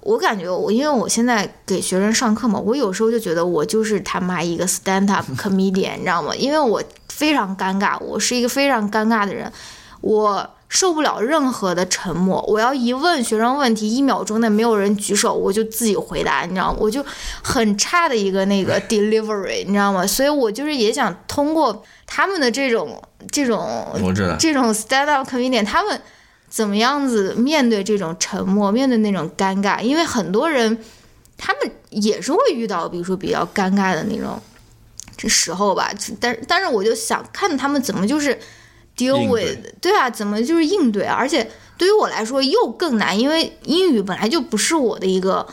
A: 我感觉我，因为我现在给学生上课嘛，我有时候就觉得我就是他妈一个 stand up comedian，你知道吗？因为我非常尴尬，我是一个非常尴尬的人，我受不了任何的沉默。我要一问学生问题，一秒钟内没有人举手，我就自己回答，你知道吗？我就很差的一个那个 delivery，你知道吗？所以我就是也想通过他们的这种这种
B: 我知道
A: 这种 stand up comedian，他们怎么样子面对这种沉默，面对那种尴尬？因为很多人他们也是会遇到，比如说比较尴尬的那种这时候吧。但是但是我就想看他们怎么就是 deal
B: 应
A: with，
B: 对
A: 对啊，怎么就是应对啊？而且对于我来说又更难，因为英语本来就不是我的一个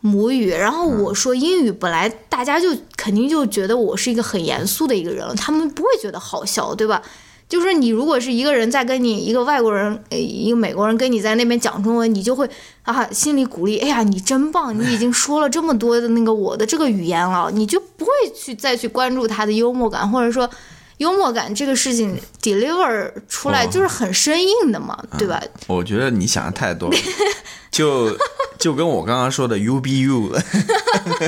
A: 母语，然后
B: 嗯
A: 我说英语本来大家就肯定就觉得我是一个很严肃的一个人了，他们不会觉得好笑，对吧？就是你如果是一个人在跟你一个外国人，呃，一个美国人跟你在那边讲中文，你就会啊心里鼓励，哎呀，你真棒，你已经说了这么多的那个我的这个语言了，你就不会去再去关注他的幽默感，或者说幽默感这个事情 deliver 出来
B: 哦
A: 就是很生硬的嘛，对吧？
B: 我觉得你想的太多了， 就就跟我刚刚说的 U B U 了，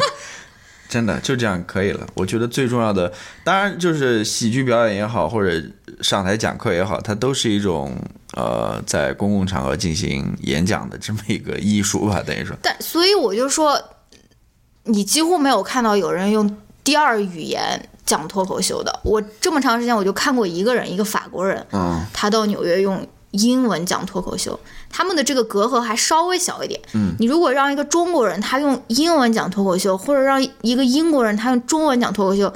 B: 真的就这样可以了。我觉得最重要的，当然就是喜剧表演也好，或者上台讲课也好，它都是一种呃在公共场合进行演讲的这么一个艺术吧，等于说。
A: 但所以我就说，你几乎没有看到有人用第二语言讲脱口秀的。我这么长时间我就看过一个人，一个法国人，
B: 嗯，
A: 他到纽约用英文讲脱口秀，他们的这个隔阂还稍微小一点。嗯，你如果让一个中国人他用英文讲脱口秀，或者让一个英国人他用中文讲脱口秀，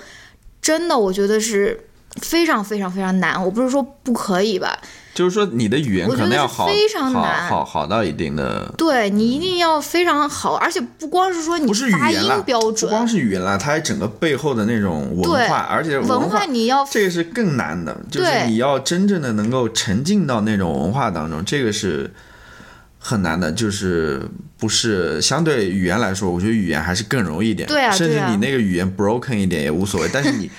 A: 真的我觉得是。非常非常非常难，我不是说不可以吧，
B: 就是说你的语言
A: 我
B: 可
A: 觉得
B: 能要
A: 是
B: 好
A: 非常
B: 好
A: 难
B: 好好到一定的。
A: 对你一定要非常好，而且不光是说你
B: 不是语
A: 发
B: 言
A: 音
B: 啦，
A: 标
B: 不
A: 准，
B: 光是语言啦，它还整个背后的那种文化，而且
A: 文化你要
B: 这个是更难的，就是
A: 对
B: 你要真正的能够沉浸到那种文化当中，这个是很难的。就是不是相对语言来说，我觉得语言还是更容易一点。
A: 对啊
B: 甚至
A: 对啊
B: 你那个语言 broken 一点也 无所谓，但是你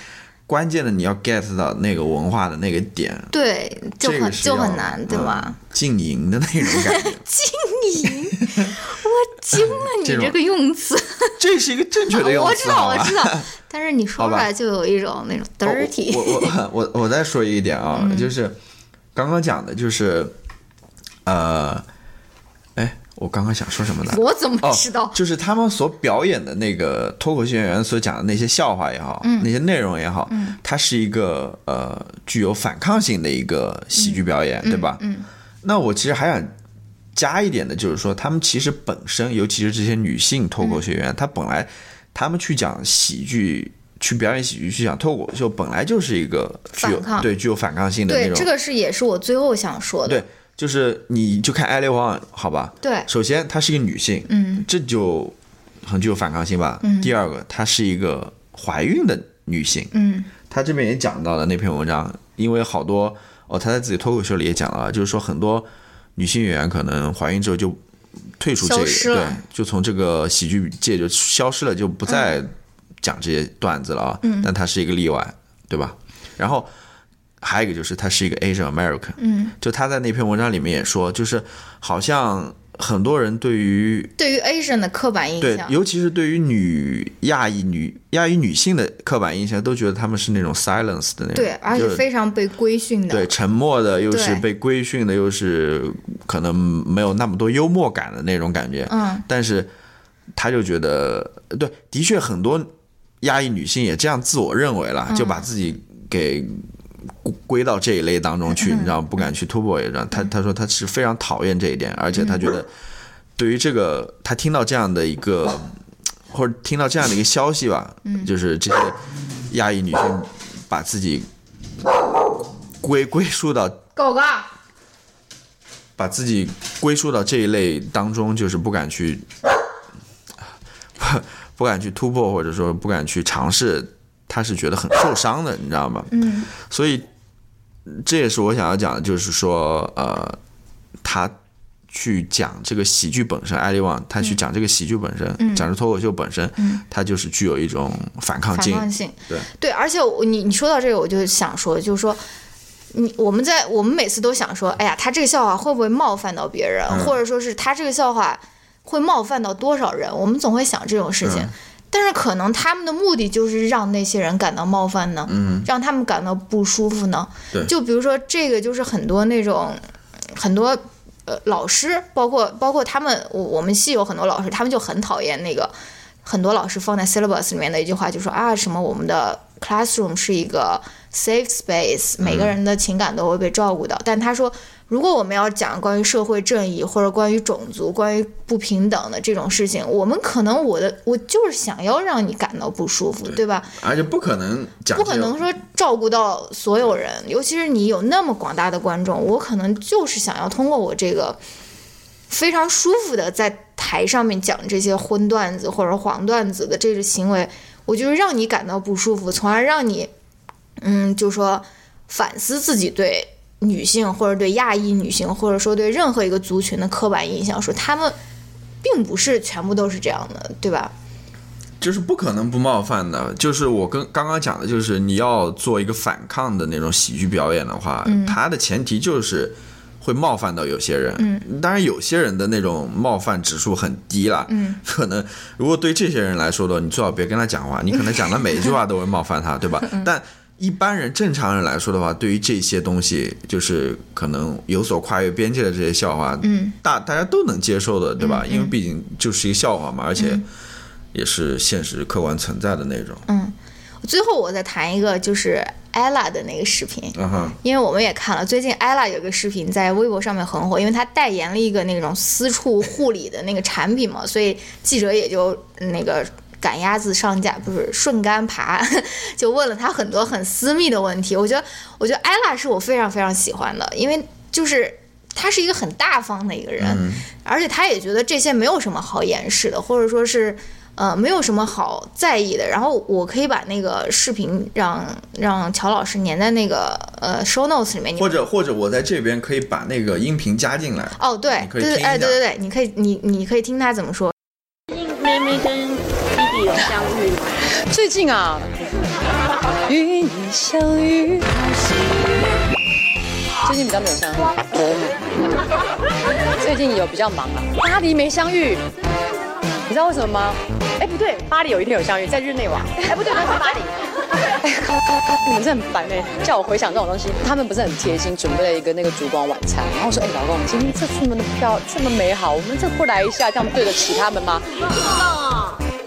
B: 关键的你要 get 到那个文化的那个点，
A: 对，就
B: 这
A: 很、
B: 个是
A: 就
B: 要
A: 很难，对吧
B: 嗯？静营的那种 感觉，
A: 惊了你
B: 这种
A: 这个用词，
B: 这是一个正确的用
A: 我知
B: 词，好
A: 道
B: 吧
A: 我知道，但是你说
B: 好
A: 出
B: 吧哦
A: 来就有一种那种 dirty，
B: 我我我 我我再说一点啊，就是刚刚讲的，就是呃，哎，我刚刚想说什么呢？
A: 我怎么
B: 哦
A: 知道？
B: 就是他们所表演的那个脱口秀演员所讲的那些笑话也好，
A: 嗯
B: 那些内容也好，它是一个呃具有反抗性的一个喜剧表演，对吧？
A: 嗯，
B: 那我其实还想加一点的，就是说，他们其实本身，尤其是这些女性脱口秀演
A: 嗯
B: 员，她本来他们去讲喜剧、去表演喜剧、去讲脱口秀，本来就是一个具有
A: 反抗
B: 对具有反抗性的那
A: 对，
B: 种。
A: 这个是也是我最后想说的，
B: 对，就是你就看艾丽旺，好吧？
A: 对
B: 首先她是一个女性，
A: 嗯，
B: 这就很具有反抗性吧。第二个，她是一个怀孕的女性，
A: 嗯
B: 他这边也讲到了那篇文章，因为好多哦，他在自己脱口秀里也讲了，就是说很多女性演员可能怀孕之后就退出这个，
A: 消失了
B: 对，就从这个喜剧界就消失了，就不再讲这些段子了啊。嗯、但他是一个例外，对吧？然后还有一个就是他是一个 Asian American，
A: 嗯，
B: 就他在那篇文章里面也说，就是好像很多人对于
A: 对于 Asian 的刻板印
B: 对，
A: 象，
B: 尤其是对于女亚裔女亚裔女性的刻板印象，都觉得她们是那种 silence 的那种，
A: 对，而且
B: 就是
A: 非常被规训的，
B: 对沉默的，又是
A: 对
B: 被规训的，又是可能没有那么多幽默感的那种感觉。
A: 嗯，
B: 但是他就觉得，对，的确很多亚裔女性也这样自我认为
A: 嗯
B: 了，就把自己给归归到这一类当中
A: 嗯
B: 去，你知道吗，不敢去突破也这样。他他说他是非常讨厌这一点，而
A: 嗯
B: 且他觉得对于这个，他听到这样的一个 或者听到这样的一个消息吧，
A: 嗯
B: 就是这些亚裔女性把自己归归属到
A: 狗狗，
B: 把自己归属到这一类当中，就是不敢去，不不敢去突破，或者说不敢去尝试，他是觉得很受伤的，你知道吗？
A: 嗯
B: 所以这也是我想要讲的，就是说，呃，他去讲这个喜剧本身，艾利旺他
A: 嗯
B: 去讲这个喜剧本身，讲这脱口秀本身，他就是具有一种反抗
A: 反
B: 劲，
A: 抗性，
B: 对
A: 而且我你你说到这个，我就想说，就是说。你我们在我们每次都想说，哎呀，他这个笑话会不会冒犯到别
B: 嗯
A: 人，或者说是他这个笑话会冒犯到多少人？我们总会想这种事情，
B: 嗯
A: 但是可能他们的目的就是让那些人感到冒犯呢，让他们感到不舒服呢
B: 嗯对。
A: 就比如说这个，就是很多那种很多呃老师，包括包括他们，我我们系有很多老师，他们就很讨厌那个很多老师放在 syllabus 里面的一句话，就说啊什么我们的 classroom 是一个 safe space，每个人的情感都会被照顾到。但他说，如果我们要讲关于社会正义或者关于种族、关于不平等的这种事情，我们可能我的我就是想要让你感到不舒服，对吧？
B: 而且不可能讲
A: 不
B: 这个，
A: 可能说照顾到所有人，尤其是你有那么广大的观众，我可能就是想要通过我这个非常舒服的在台上面讲这些荤段子或者黄段子的这个行为，我就是让你感到不舒服，从而让你，嗯，就说反思自己对女性或者对亚裔女性，或者说对任何一个族群的刻板印象，说他们并不是全部都是这样的，对吧？
B: 就是不可能不冒犯的。就是我跟刚刚讲的，就是你要做一个反抗的那种喜剧表演的话，它的前提就是会冒犯到有些人。嗯，当然有些人的那种冒犯指数很低啦。嗯，可能如果对这些人来说的，你最好别跟他讲话，你可能讲的每一句话都会冒犯他，对吧？但一般人正常人来说的话，对于这些东西，就是可能有所跨越边界的这些笑话，嗯，大大家都能接受的，对吧？因为毕竟就是一个笑话嘛，而且也是现实客观存在的那种。
A: 最后我再谈一个，就是艾拉的那个视频，
B: 嗯哼，
A: 因为我们也看了，最近艾拉有个视频在微博上面很火，因为她代言了一个那种私处护理的那个产品嘛，所以记者也就那个赶鸭子上架，不是顺杆爬，就问了她很多很私密的问题。我觉得，我觉得艾拉是我非常非常喜欢的，因为就是。她是一个很大方的一个人，
B: 嗯
A: 而且她也觉得这些没有什么好掩饰的，或者说是，呃，没有什么好在意的。然后我可以把那个视频让让乔老师粘在那个呃 show notes 里面，你
B: 或者或者我在这边可以把那个音频加进来。
A: 哦，对
B: 你，可
A: 对
B: 以
A: 对，
B: 听一
A: 哎，对
B: 下
A: 对对，你可以，你你可以听他怎么说。
C: 最近妹妹跟弟弟有相遇吗？
D: 最近啊，与你相遇，最近比较没有相遇，最近有比较忙啊，巴黎没相遇，你知道为什么吗？哎，不对，巴黎有一天有相遇，在日内瓦。哎，不对，那是巴黎。 你们真的很烦哎、叫我回想这种东西，他们不是很贴心，准备了一个那个烛光晚餐。然后我说，哎、老公，今天这这么的漂，这么美好，我们这不来一下，这样对得起他们吗？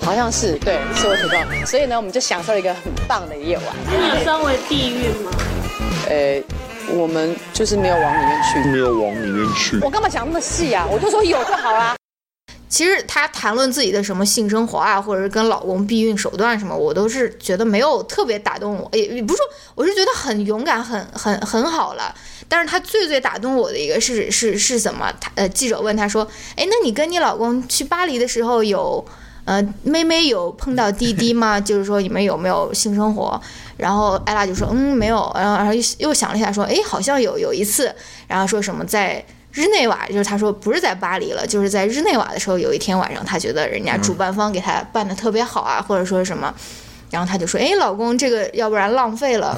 D: 好像是对，是我主动，所以呢，我们就享受了一个很棒的夜晚。
C: 那你有身为地狱吗？
D: 呃，我们就是没有往里面去。
E: 没有往里面去。
D: 我干嘛讲那么细啊？我就说有就好啦、
A: 其实他谈论自己的什么性生活啊，或者是跟老公避孕手段什么，我都是觉得没有特别打动我，也也不是说我是觉得很勇敢，很很很好了。但是他最最打动我的一个是是是什么？他呃，记者问他说：“哎，那你跟你老公去巴黎的时候有呃，妹妹有碰到滴滴吗？就是说你们有没有性生活？”然后艾拉就说：“嗯，没有。”然后然后又又想了一下说：“哎，好像有有一次。”然后说什么在日内瓦，就是他说不是在巴黎了，就是在日内瓦的时候，有一天晚上，他觉得人家主办方给他办的特别好啊，或者说什么，然后他就说：“哎，老公，这个要不然浪费了。”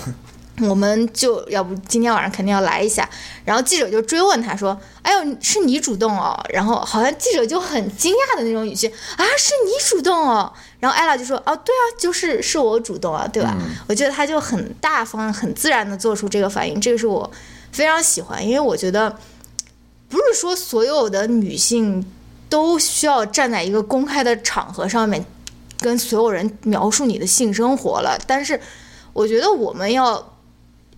A: 我们就要不今天晚上肯定要来一下，然后记者就追问他说：“哎呦，是你主动哦？”然后好像记者就很惊讶的那种语气：“啊，是你主动哦？”然后艾拉就说：“哦，对啊，就是是我主动啊，对吧？”我觉得他就很大方、很自然的做出这个反应，这个是我非常喜欢，因为我觉得不是说所有的女性都需要站在一个公开的场合上面跟所有人描述你的性生活了，但是我觉得我们要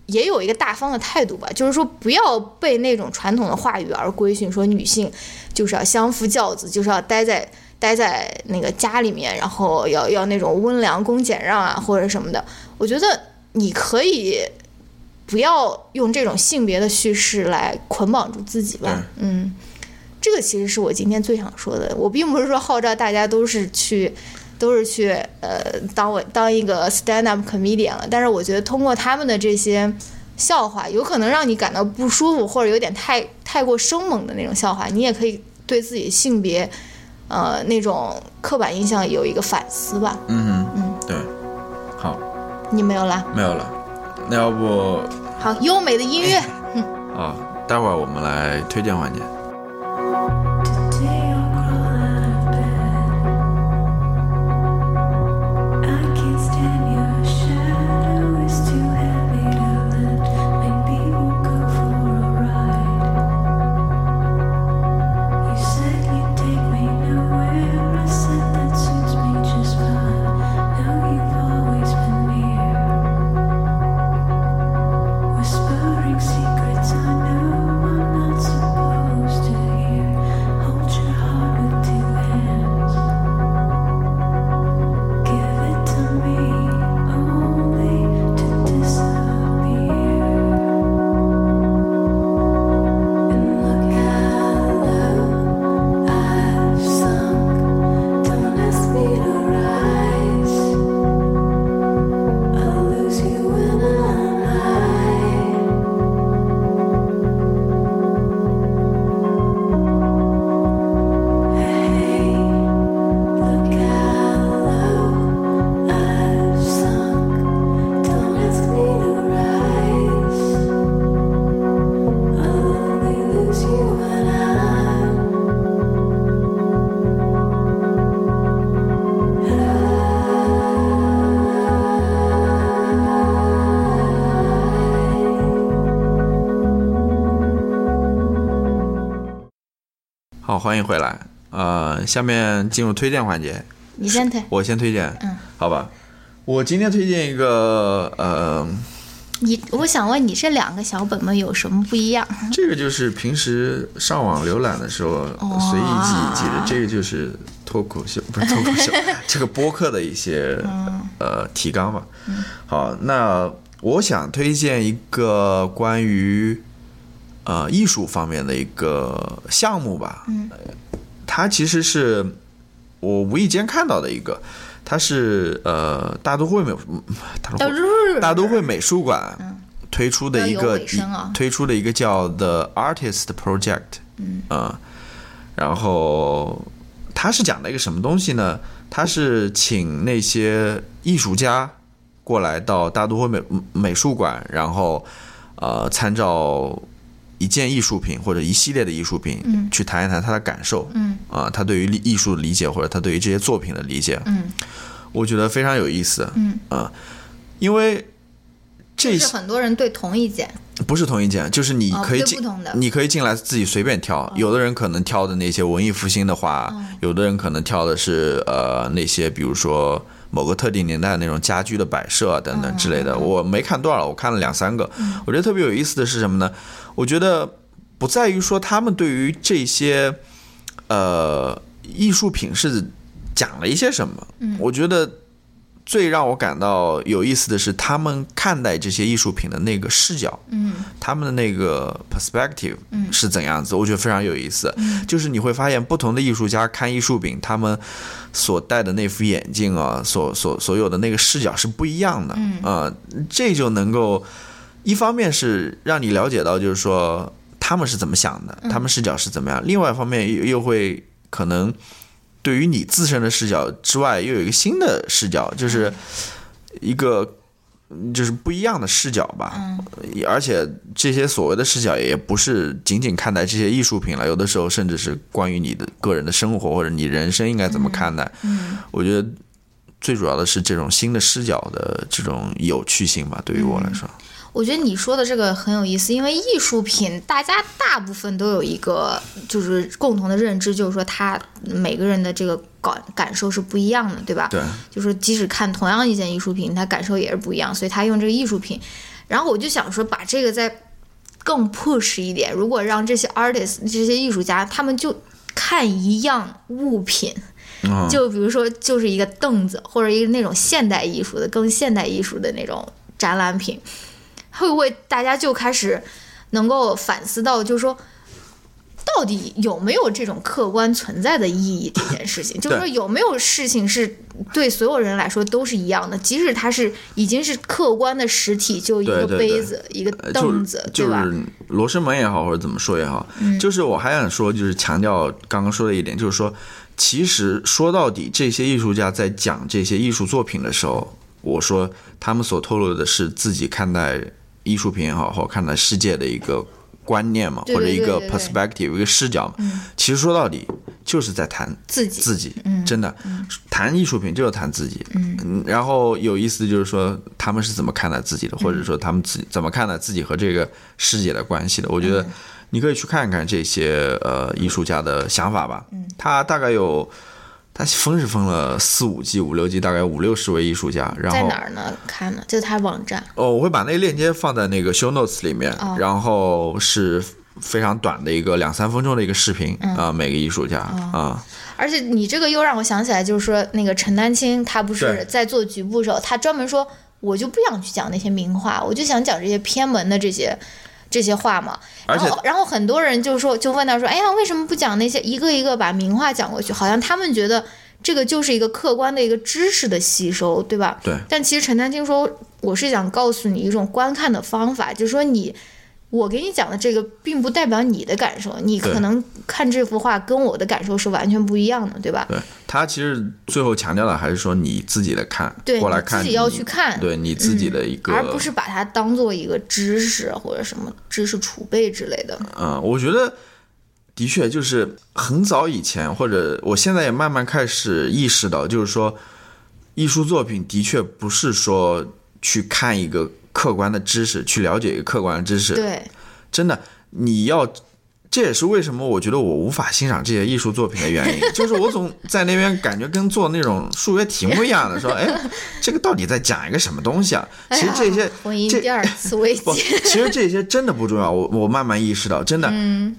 A: 也有一个大方的态度吧，就是说不要被那种传统的话语而规训，说女性就是要相夫教子，就是要待在待在那个家里面，然后要要那种温良恭俭让啊或者什么的。我觉得你可以不要用这种性别的叙事来捆绑住自己吧，嗯。这个其实是我今天最想说的。我并不是说号召大家都是去，都是去呃当我当一个 stand up comedian 了，但是我觉得通过他们的这些笑话，有可能让你感到不舒服或者有点太太过生猛的那种笑话，你也可以对自己性别呃那种刻板印象有一个反思吧。
B: 嗯嗯，对，好，
A: 你没有啦，
B: 没有了。那要不
A: 好优美的音乐。
B: 啊，待会儿我们来推荐环节。
F: Maybe we'll go for a ride.
B: 好，欢迎回来。呃，下面进入推荐环节，
A: 你先推，
B: 我先推荐，
A: 嗯，
B: 好吧。我今天推荐一个，呃，
A: 你我想问你这两个小本本有什么不 一样？
B: 这个就是平时上网浏览的时候
A: 哇
B: 随意记一记的，这个就是脱口秀，不是脱口秀，这个播客的一些呃提纲吧。好，那我想推荐一个关于呃艺术方面的一个项目吧。嗯，它其实是我无意间看到的一个，它是呃大都会美大都会大都会美术馆推出的一
A: 嗯要有
B: 个
A: 尾声啊
B: 推出的一个叫 The Artist Project，嗯啊、然后它是讲了一个什么东西呢？它是请那些艺术家过来到大都会美美术馆，然后呃参照一件艺术品或者一系列的艺术品，嗯、去谈一谈他的感受，
A: 嗯
B: 啊、他对于艺艺术的理解或者他对于这些作品的理解，
A: 嗯
B: 我觉得非常有意思，
A: 嗯
B: 啊、因为这
A: 是
B: 些
A: 很多人对同意见，
B: 不是同一件，就是你
A: 哦
B: 可以
A: 对
B: 进，
A: 不同的哦
B: 你可以进来自己随便挑。有的人可能挑的那些文艺复兴的画，有的人可能挑的是呃那些比如说某个特定年代那种家居的摆设啊等等之
A: 嗯
B: 类的。我没看多少，我看了两三个。我觉得特别有意思的是什么呢？我觉得不在于说他们对于这些呃艺术品是讲了一些什么，
A: 嗯
B: 我觉得。最让我感到有意思的是，他们看待这些艺术品的那个视角，
A: 嗯
B: 他们的那个 perspective 是怎样子，我觉得非常有意思。就是你会发现，不同的艺术家看艺术品，他们所戴的那副眼镜啊，所所所有的那个视角是不一样的。嗯、这就能够一方面是让你了解到，就是说他们是怎么想的，他们视角是怎么样；另外一方面又又会可能对于你自身的视角之外，又有一个新的视角，就是一个。就是不一样的视角吧，而且这些所谓的视角也不是仅仅看待这些艺术品了，有的时候甚至是关于你的个人的生活或者你人生应该怎么看待。
A: 嗯
B: 我觉得最主要的是这种新的视角的这种有趣性吧，对于我来说。
A: 我觉得你说的这个很有意思，因为艺术品大家大部分都有一个就是共同的认知，就是说它每个人的这个感感受是不一样的，对吧？
B: 对，
A: 就是即使看同样一件艺术品，他感受也是不一样，所以他用这个艺术品。然后我就想说，把这个再更 push 一点，如果让这些 artist 这些艺术家，他们就看一样物品，
B: 嗯
A: 就比如说就是一个凳子或者一个那种现代艺术的更现代艺术的那种展览品，会不会大家就开始能够反思到，就是说。到底有没有这种客观存在的意义这件事情？就是说有没有事情是对所有人来说都是一样的，即使它是已经是客观的实体，就一个
B: 对对对
A: 杯子、一个
B: 呃
A: 凳子，
B: 就
A: 对吧？嗯
B: 是罗生门也好，或者怎么说也好，就是我还想说，就是强调刚刚说的一点，就是说，其实说到底，这些艺术家在讲这些艺术作品的时候，我说他们所透露的是自己看待艺术品也好，或者看待世界的一个观念嘛，
A: 对对
B: 或者
A: 对
B: 一
A: 对
B: 个 perspective 一个视角嘛。其实说到底，就是在谈
A: 自己嗯
B: 自己，真的、谈艺术品就是谈自己。嗯，然后有意思的就是说他们是怎么看待自己的，或
A: 嗯
B: 者说他们自己怎么看待自己和这个世界的关系的。我觉得
A: 嗯
B: 你可以去看看这些呃艺术家的想法吧。嗯，他大概有。他封是封了四五季、五六季，大概五六十位艺术家，然后
A: 在哪儿呢？看呢，就他网站。
B: 哦，我会把那个链接放在那个 show notes 里面，
A: 哦
B: 然后是非常短的一个两三分钟的一个视频啊、
A: 嗯
B: 每个艺术家
A: 哦
B: 啊、
A: 而且你这个又让我想起来，就是说那个陈丹青，他不是
B: 对
A: 在做局部的时候，他专门说，我就不想去讲那些名画，我就想讲这些偏门的这些这些画嘛。
B: 而
A: 然
B: 且
A: 后，然后很多人就说，就问他说，哎呀，为什么不讲那些一个一个把名画讲过去？好像他们觉得这个就是一个客观的一个知识的吸收，对吧？
B: 对
A: 但其实陈丹青说，我是想告诉你一种观看的方法，就是说你。我给你讲的这个，并不代表你的感受，你
B: 对
A: 可能看这幅画跟我的感受是完全不一样的，对吧？
B: 对他其实最后强调的还是说你自己的看，
A: 对
B: 过来看
A: 你自己要去看嗯
B: 对你自己的一个，
A: 而不是把它当做一个知识或者什么知识储备之类的。
B: 嗯，我觉得的确就是很早以前，或者我现在也慢慢开始意识到，就是说，艺术作品的确不是说去看一个客观的知识，去了解一个客观的知识，
A: 对，
B: 真的，你要这也是为什么我觉得我无法欣赏这些艺术作品的原 因，就是我总在那边感觉跟做那种数学题目一样的，说，哎，这个到底在讲一个什么东西啊？
A: 哎
B: 其
A: 呀
B: 实这些，
A: 婚姻
B: 这
A: 第二次危
B: 不，
A: 机，
B: 其实这些真的不重要。我我慢慢意识到，真的，
A: 嗯，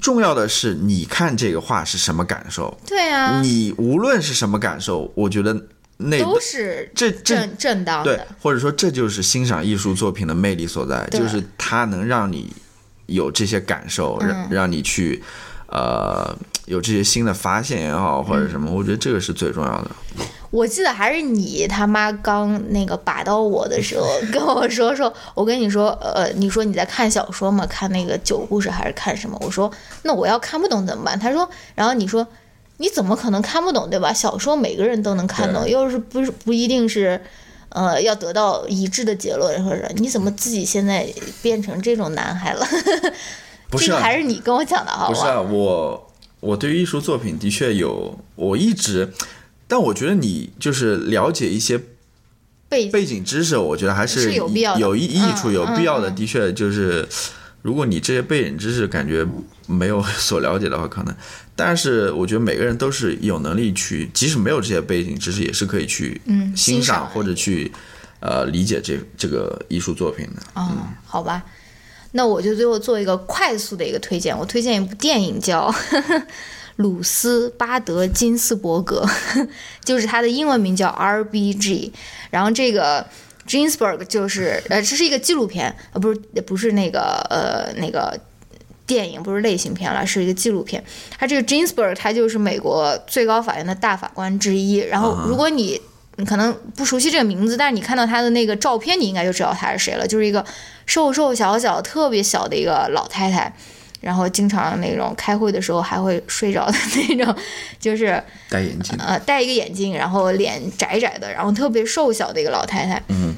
B: 重要的是你看这个画是什么感受。
A: 对啊，
B: 你无论是什么感受，我觉得那
A: 都是
B: 这这
A: 正正当
B: 对
A: 的，，
B: 或者说这就是欣赏艺术作品的魅力所在，
A: 对
B: 就是它能让你有这些感受，
A: 嗯
B: 让让你去呃有这些新的发现也好，或者什
A: 嗯
B: 么，我觉得这个是最重要的。
A: 我记得还是你他妈刚那个把到我的时候跟我说 说，我跟你说，呃，你说你在看小说吗？看那个九故事还是看什么？我说那我要看不懂怎么办？他说，然后你说你怎么可能看不懂对吧？小说每个人都能看懂，
B: 对
A: 又是不是不一定是。呃，要得到一致的结论，或者你怎么自己现在变成这种男孩了？
B: 不
A: 这
B: 是
A: 个
B: 啊、
A: 还是你跟我讲的好
B: 不
A: 吗？
B: 是啊，我我对于艺术作品的确有，我一直，但我觉得你就是了解一些
A: 被
B: 背景知识，我觉得还
A: 是有
B: 有
A: 必要的
B: 有益益处，
A: 嗯
B: 有必要的，
A: 嗯嗯
B: 的确就是，如果你这些背景知识感觉没有所了解的话，可能，但是我觉得每个人都是有能力去，即使没有这些背景知识，也是可以去
A: 嗯欣
B: 欣
A: 赏
B: 赏或者去呃理解这这个艺术作品的。
A: 哦，好吧，那我就最后做一个快速的一个推荐，我推荐一部电影叫 鲁斯巴德金斯伯格， 就是它的英文名叫 R.B.G，然后这个。Ginsberg 就是呃，这是一个纪录片，呃，不是不是那个呃那个电影，不是类型片了，是一个纪录片。他这个 Ginsberg 他就是美国最高法院的大法官之一。然后如果你你可能不熟悉这个名字，但是你看到他的那个照片，你应该就知道他是谁了，就是一个瘦瘦小小、特别小的一个老太太，然后经常那种开会的时候还会睡着的那种， 就是
B: 戴眼镜，
A: 呃戴一个眼镜，然后脸窄窄的，然后特别瘦小的一个老太太。
B: 嗯，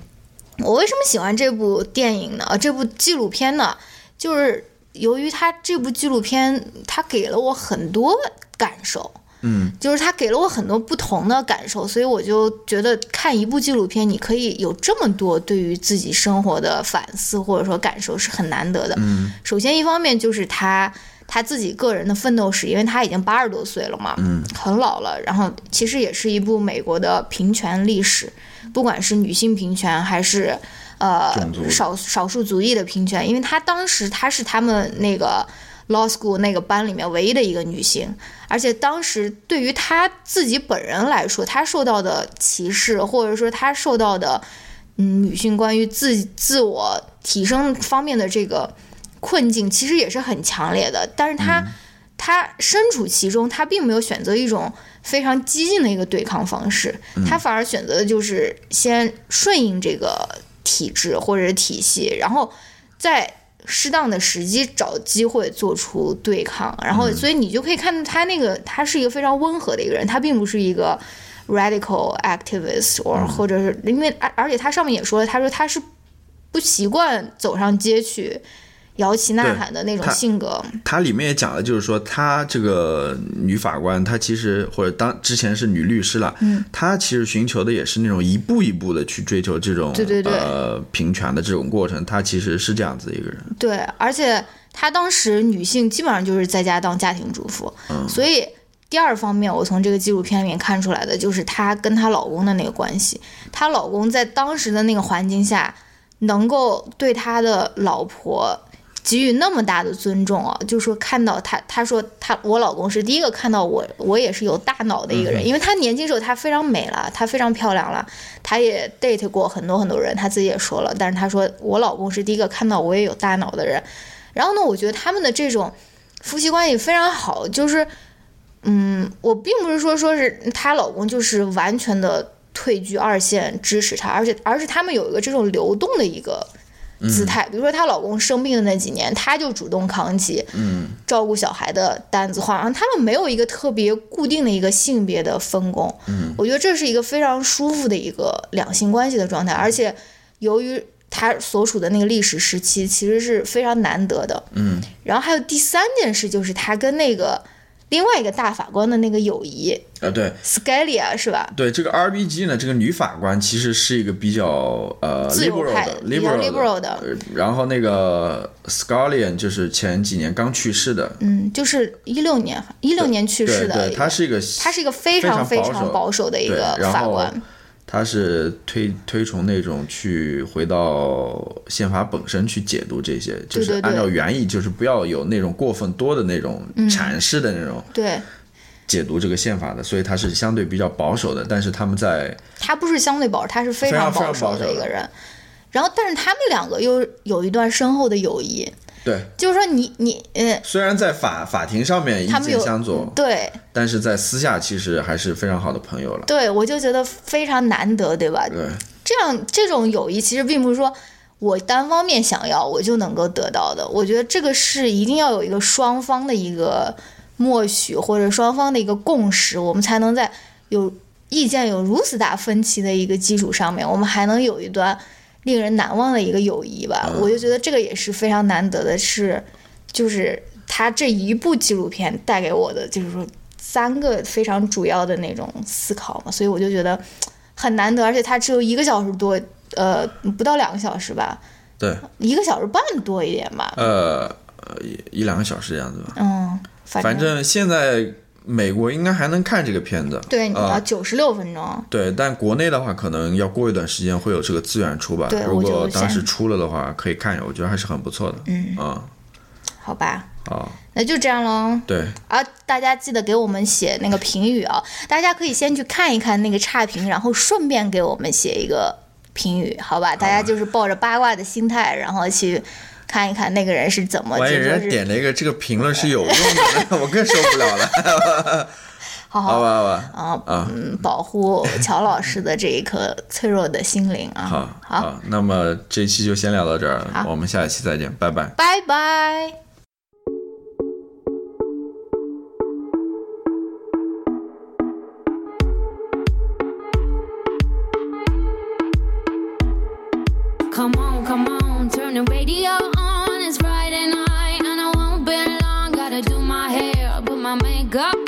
A: 我为什么喜欢这部电影呢？呃这部纪录片呢，就是由于它这部纪录片，它给了我很多感受。
B: 嗯，
A: 就是它给了我很多不同的感受，所以我就觉得看一部纪录片，你可以有这么多对于自己生活的反思或者说感受是很难得的。嗯，首先一方面就是他他自己个人的奋斗史，因为他已经八十多岁了嘛，嗯，很老了。然后其实也是一部美国的平权历史，不管是女性平权还是呃
B: 种族
A: 少少数族裔的平权，因为她当时她是他们那个 law school 那个班里面唯一的一个女性，而且当时对于她自己本人来说，她受到的歧视或者说她受到的嗯女性关于自自我提升方面的这个困境，其实也是很强烈的，但是
B: 嗯
A: 她。他身处其中，他并没有选择一种非常激进的一个对抗方式，他反而选择的就是先顺应这个体制或者是体系，然后在适当的时机找机会做出对抗。然后，所以你就可以看到他那个，他是一个非常温和的一个人，他并不是一个 radical activist，or 或者是因为而而且他上面也说了，他说他是不习惯走上街去摇旗呐喊的那种
B: 他
A: 性格。
B: 它里面也讲了，就是说她这个女法官，她其实或者当之前是女律师了，嗯，她其实寻求的也是那种一步一步的去追求这种
A: 对对对
B: 呃平权的这种过程，她其实是这样子一个人，
A: 对，而且她当时女性基本上就是在家当家庭主妇，所以第二方面，我从这个纪录片里面看出来的就是她跟她老公的那个关系，她老公在当时的那个环境下，能够对他的老婆。给予那么大的尊重啊，就说看到他，他说他我老公是第一个看到我，我也是有大脑的一个人，因为他年轻时候他非常美了，她非常漂亮了，她也 date 过很多很多人，她自己也说了，但是她说我老公是第一个看到我也有大脑的人。然后呢，我觉得他们的这种夫妻关系非常好，就是，嗯，我并不是说说是她老公就是完全的退居二线支持她，而且而是他们有一个这种流动的一个。姿态，比如说她老公生病的那几年，她就主动扛起照顾小孩的担子话，然后他们没有一个特别固定的一个性别的分工，嗯，我觉得这是一个非常舒服的一个两性关系的状态，而且由于他所处的那个历史时期其实是非常难得的，嗯，然后还有第三件事就是他跟那个另外一个大法官的那个友谊
B: 啊，对
A: Scalia 是吧？
B: 对，这个 RBG 呢，这个女法官其实是一个比较呃
A: 自由
B: liberal
A: 派
B: 的
A: 比较 liberal
B: liberal
A: 的
B: 呃然后那个 Scullion 就是前几年刚去世的，
A: 嗯，就是一六年一六年去世
B: 对
A: 的
B: 对，
A: 一个，
B: 她是一个
A: 他是一个非
B: 非
A: 常
B: 非
A: 非常保守的一
B: 对
A: 个
B: 然
A: 法
B: 后
A: 官。
B: 他是推推崇那种去回到宪法本身去解读这些，就
A: 对
B: 是
A: 对对
B: 按照原意，就是不要有那种过分多的那种
A: 嗯
B: 阐释的那种
A: 对
B: 解读这个宪法的，所以他是相对比较保守的。但是他们在
A: 他不是相对保守，他是非
B: 非常非
A: 保
B: 常
A: 守
B: 保守
A: 的一
B: 的
A: 个人。然后，但是他们两个又有一段深厚的友谊，
B: 对，
A: 就是说你你呃，
B: 虽然在法法庭上面意
A: 他们有嗯
B: 见相左，
A: 对
B: 但是在私下其实还是非常好的朋友了。
A: 对，我就觉得非常难得，对吧？
B: 对，
A: 这样这种友谊其实并不是说我单方面想要我就能够得到的，我觉得这个是一定要有一个双方的一个默许或者双方的一个共识，我们才能在有意见有如此大分歧的一个基础上面，我们还能有一段令人难忘的一个友谊吧。我就觉得这个也是非常难得的是，就是他这一部纪录片带给我的，就是说三个非常主要的那种思考嘛，所以我就觉得。很难得，而且它只有一个小时多，呃，不到两个小时吧，
B: 对，
A: 一个小时半多一点吧。
B: 呃，呃一一两个小时这样子吧。
A: 嗯，反
B: 呃反正现在美国应该还能看这个片子，
A: 对，你要
B: 啊
A: 九十六分钟，
B: 对，但国内的话，可能要过一段时间会有这个资源出吧。
A: 对
B: 如
A: 我就
B: 果当时
A: 先
B: 出了的话，可以看一下，我觉得还是很不错的。嗯啊
A: 好吧，
B: 啊，
A: 那就这样喽。
B: 对
A: 啊，大家记得给我们写那个评语啊，大家可以先去看一看那个差评，然后顺便给我们写一个评语，好
B: 啊
A: 吧？大家就是抱着八卦的心态，然后去看一看那个人是怎么，
B: 万一
A: 就说
B: 人
A: 是
B: 家点了一个这个评论是有用的， 那我更受不了了。
A: 好
B: 好
A: 好
B: 吧，好吧，
A: 啊，
B: 啊
A: 嗯，保护乔老师的这一颗脆弱的心灵啊。
B: 好，
A: 好，
B: 好，那么这一期就先聊到这儿了，
A: 好
B: 我们下一期再见，拜拜。
A: 拜拜。
E: Come on, come on, turn the radio on. It's Friday night and I won't be long. Gotta do my hair, put my makeup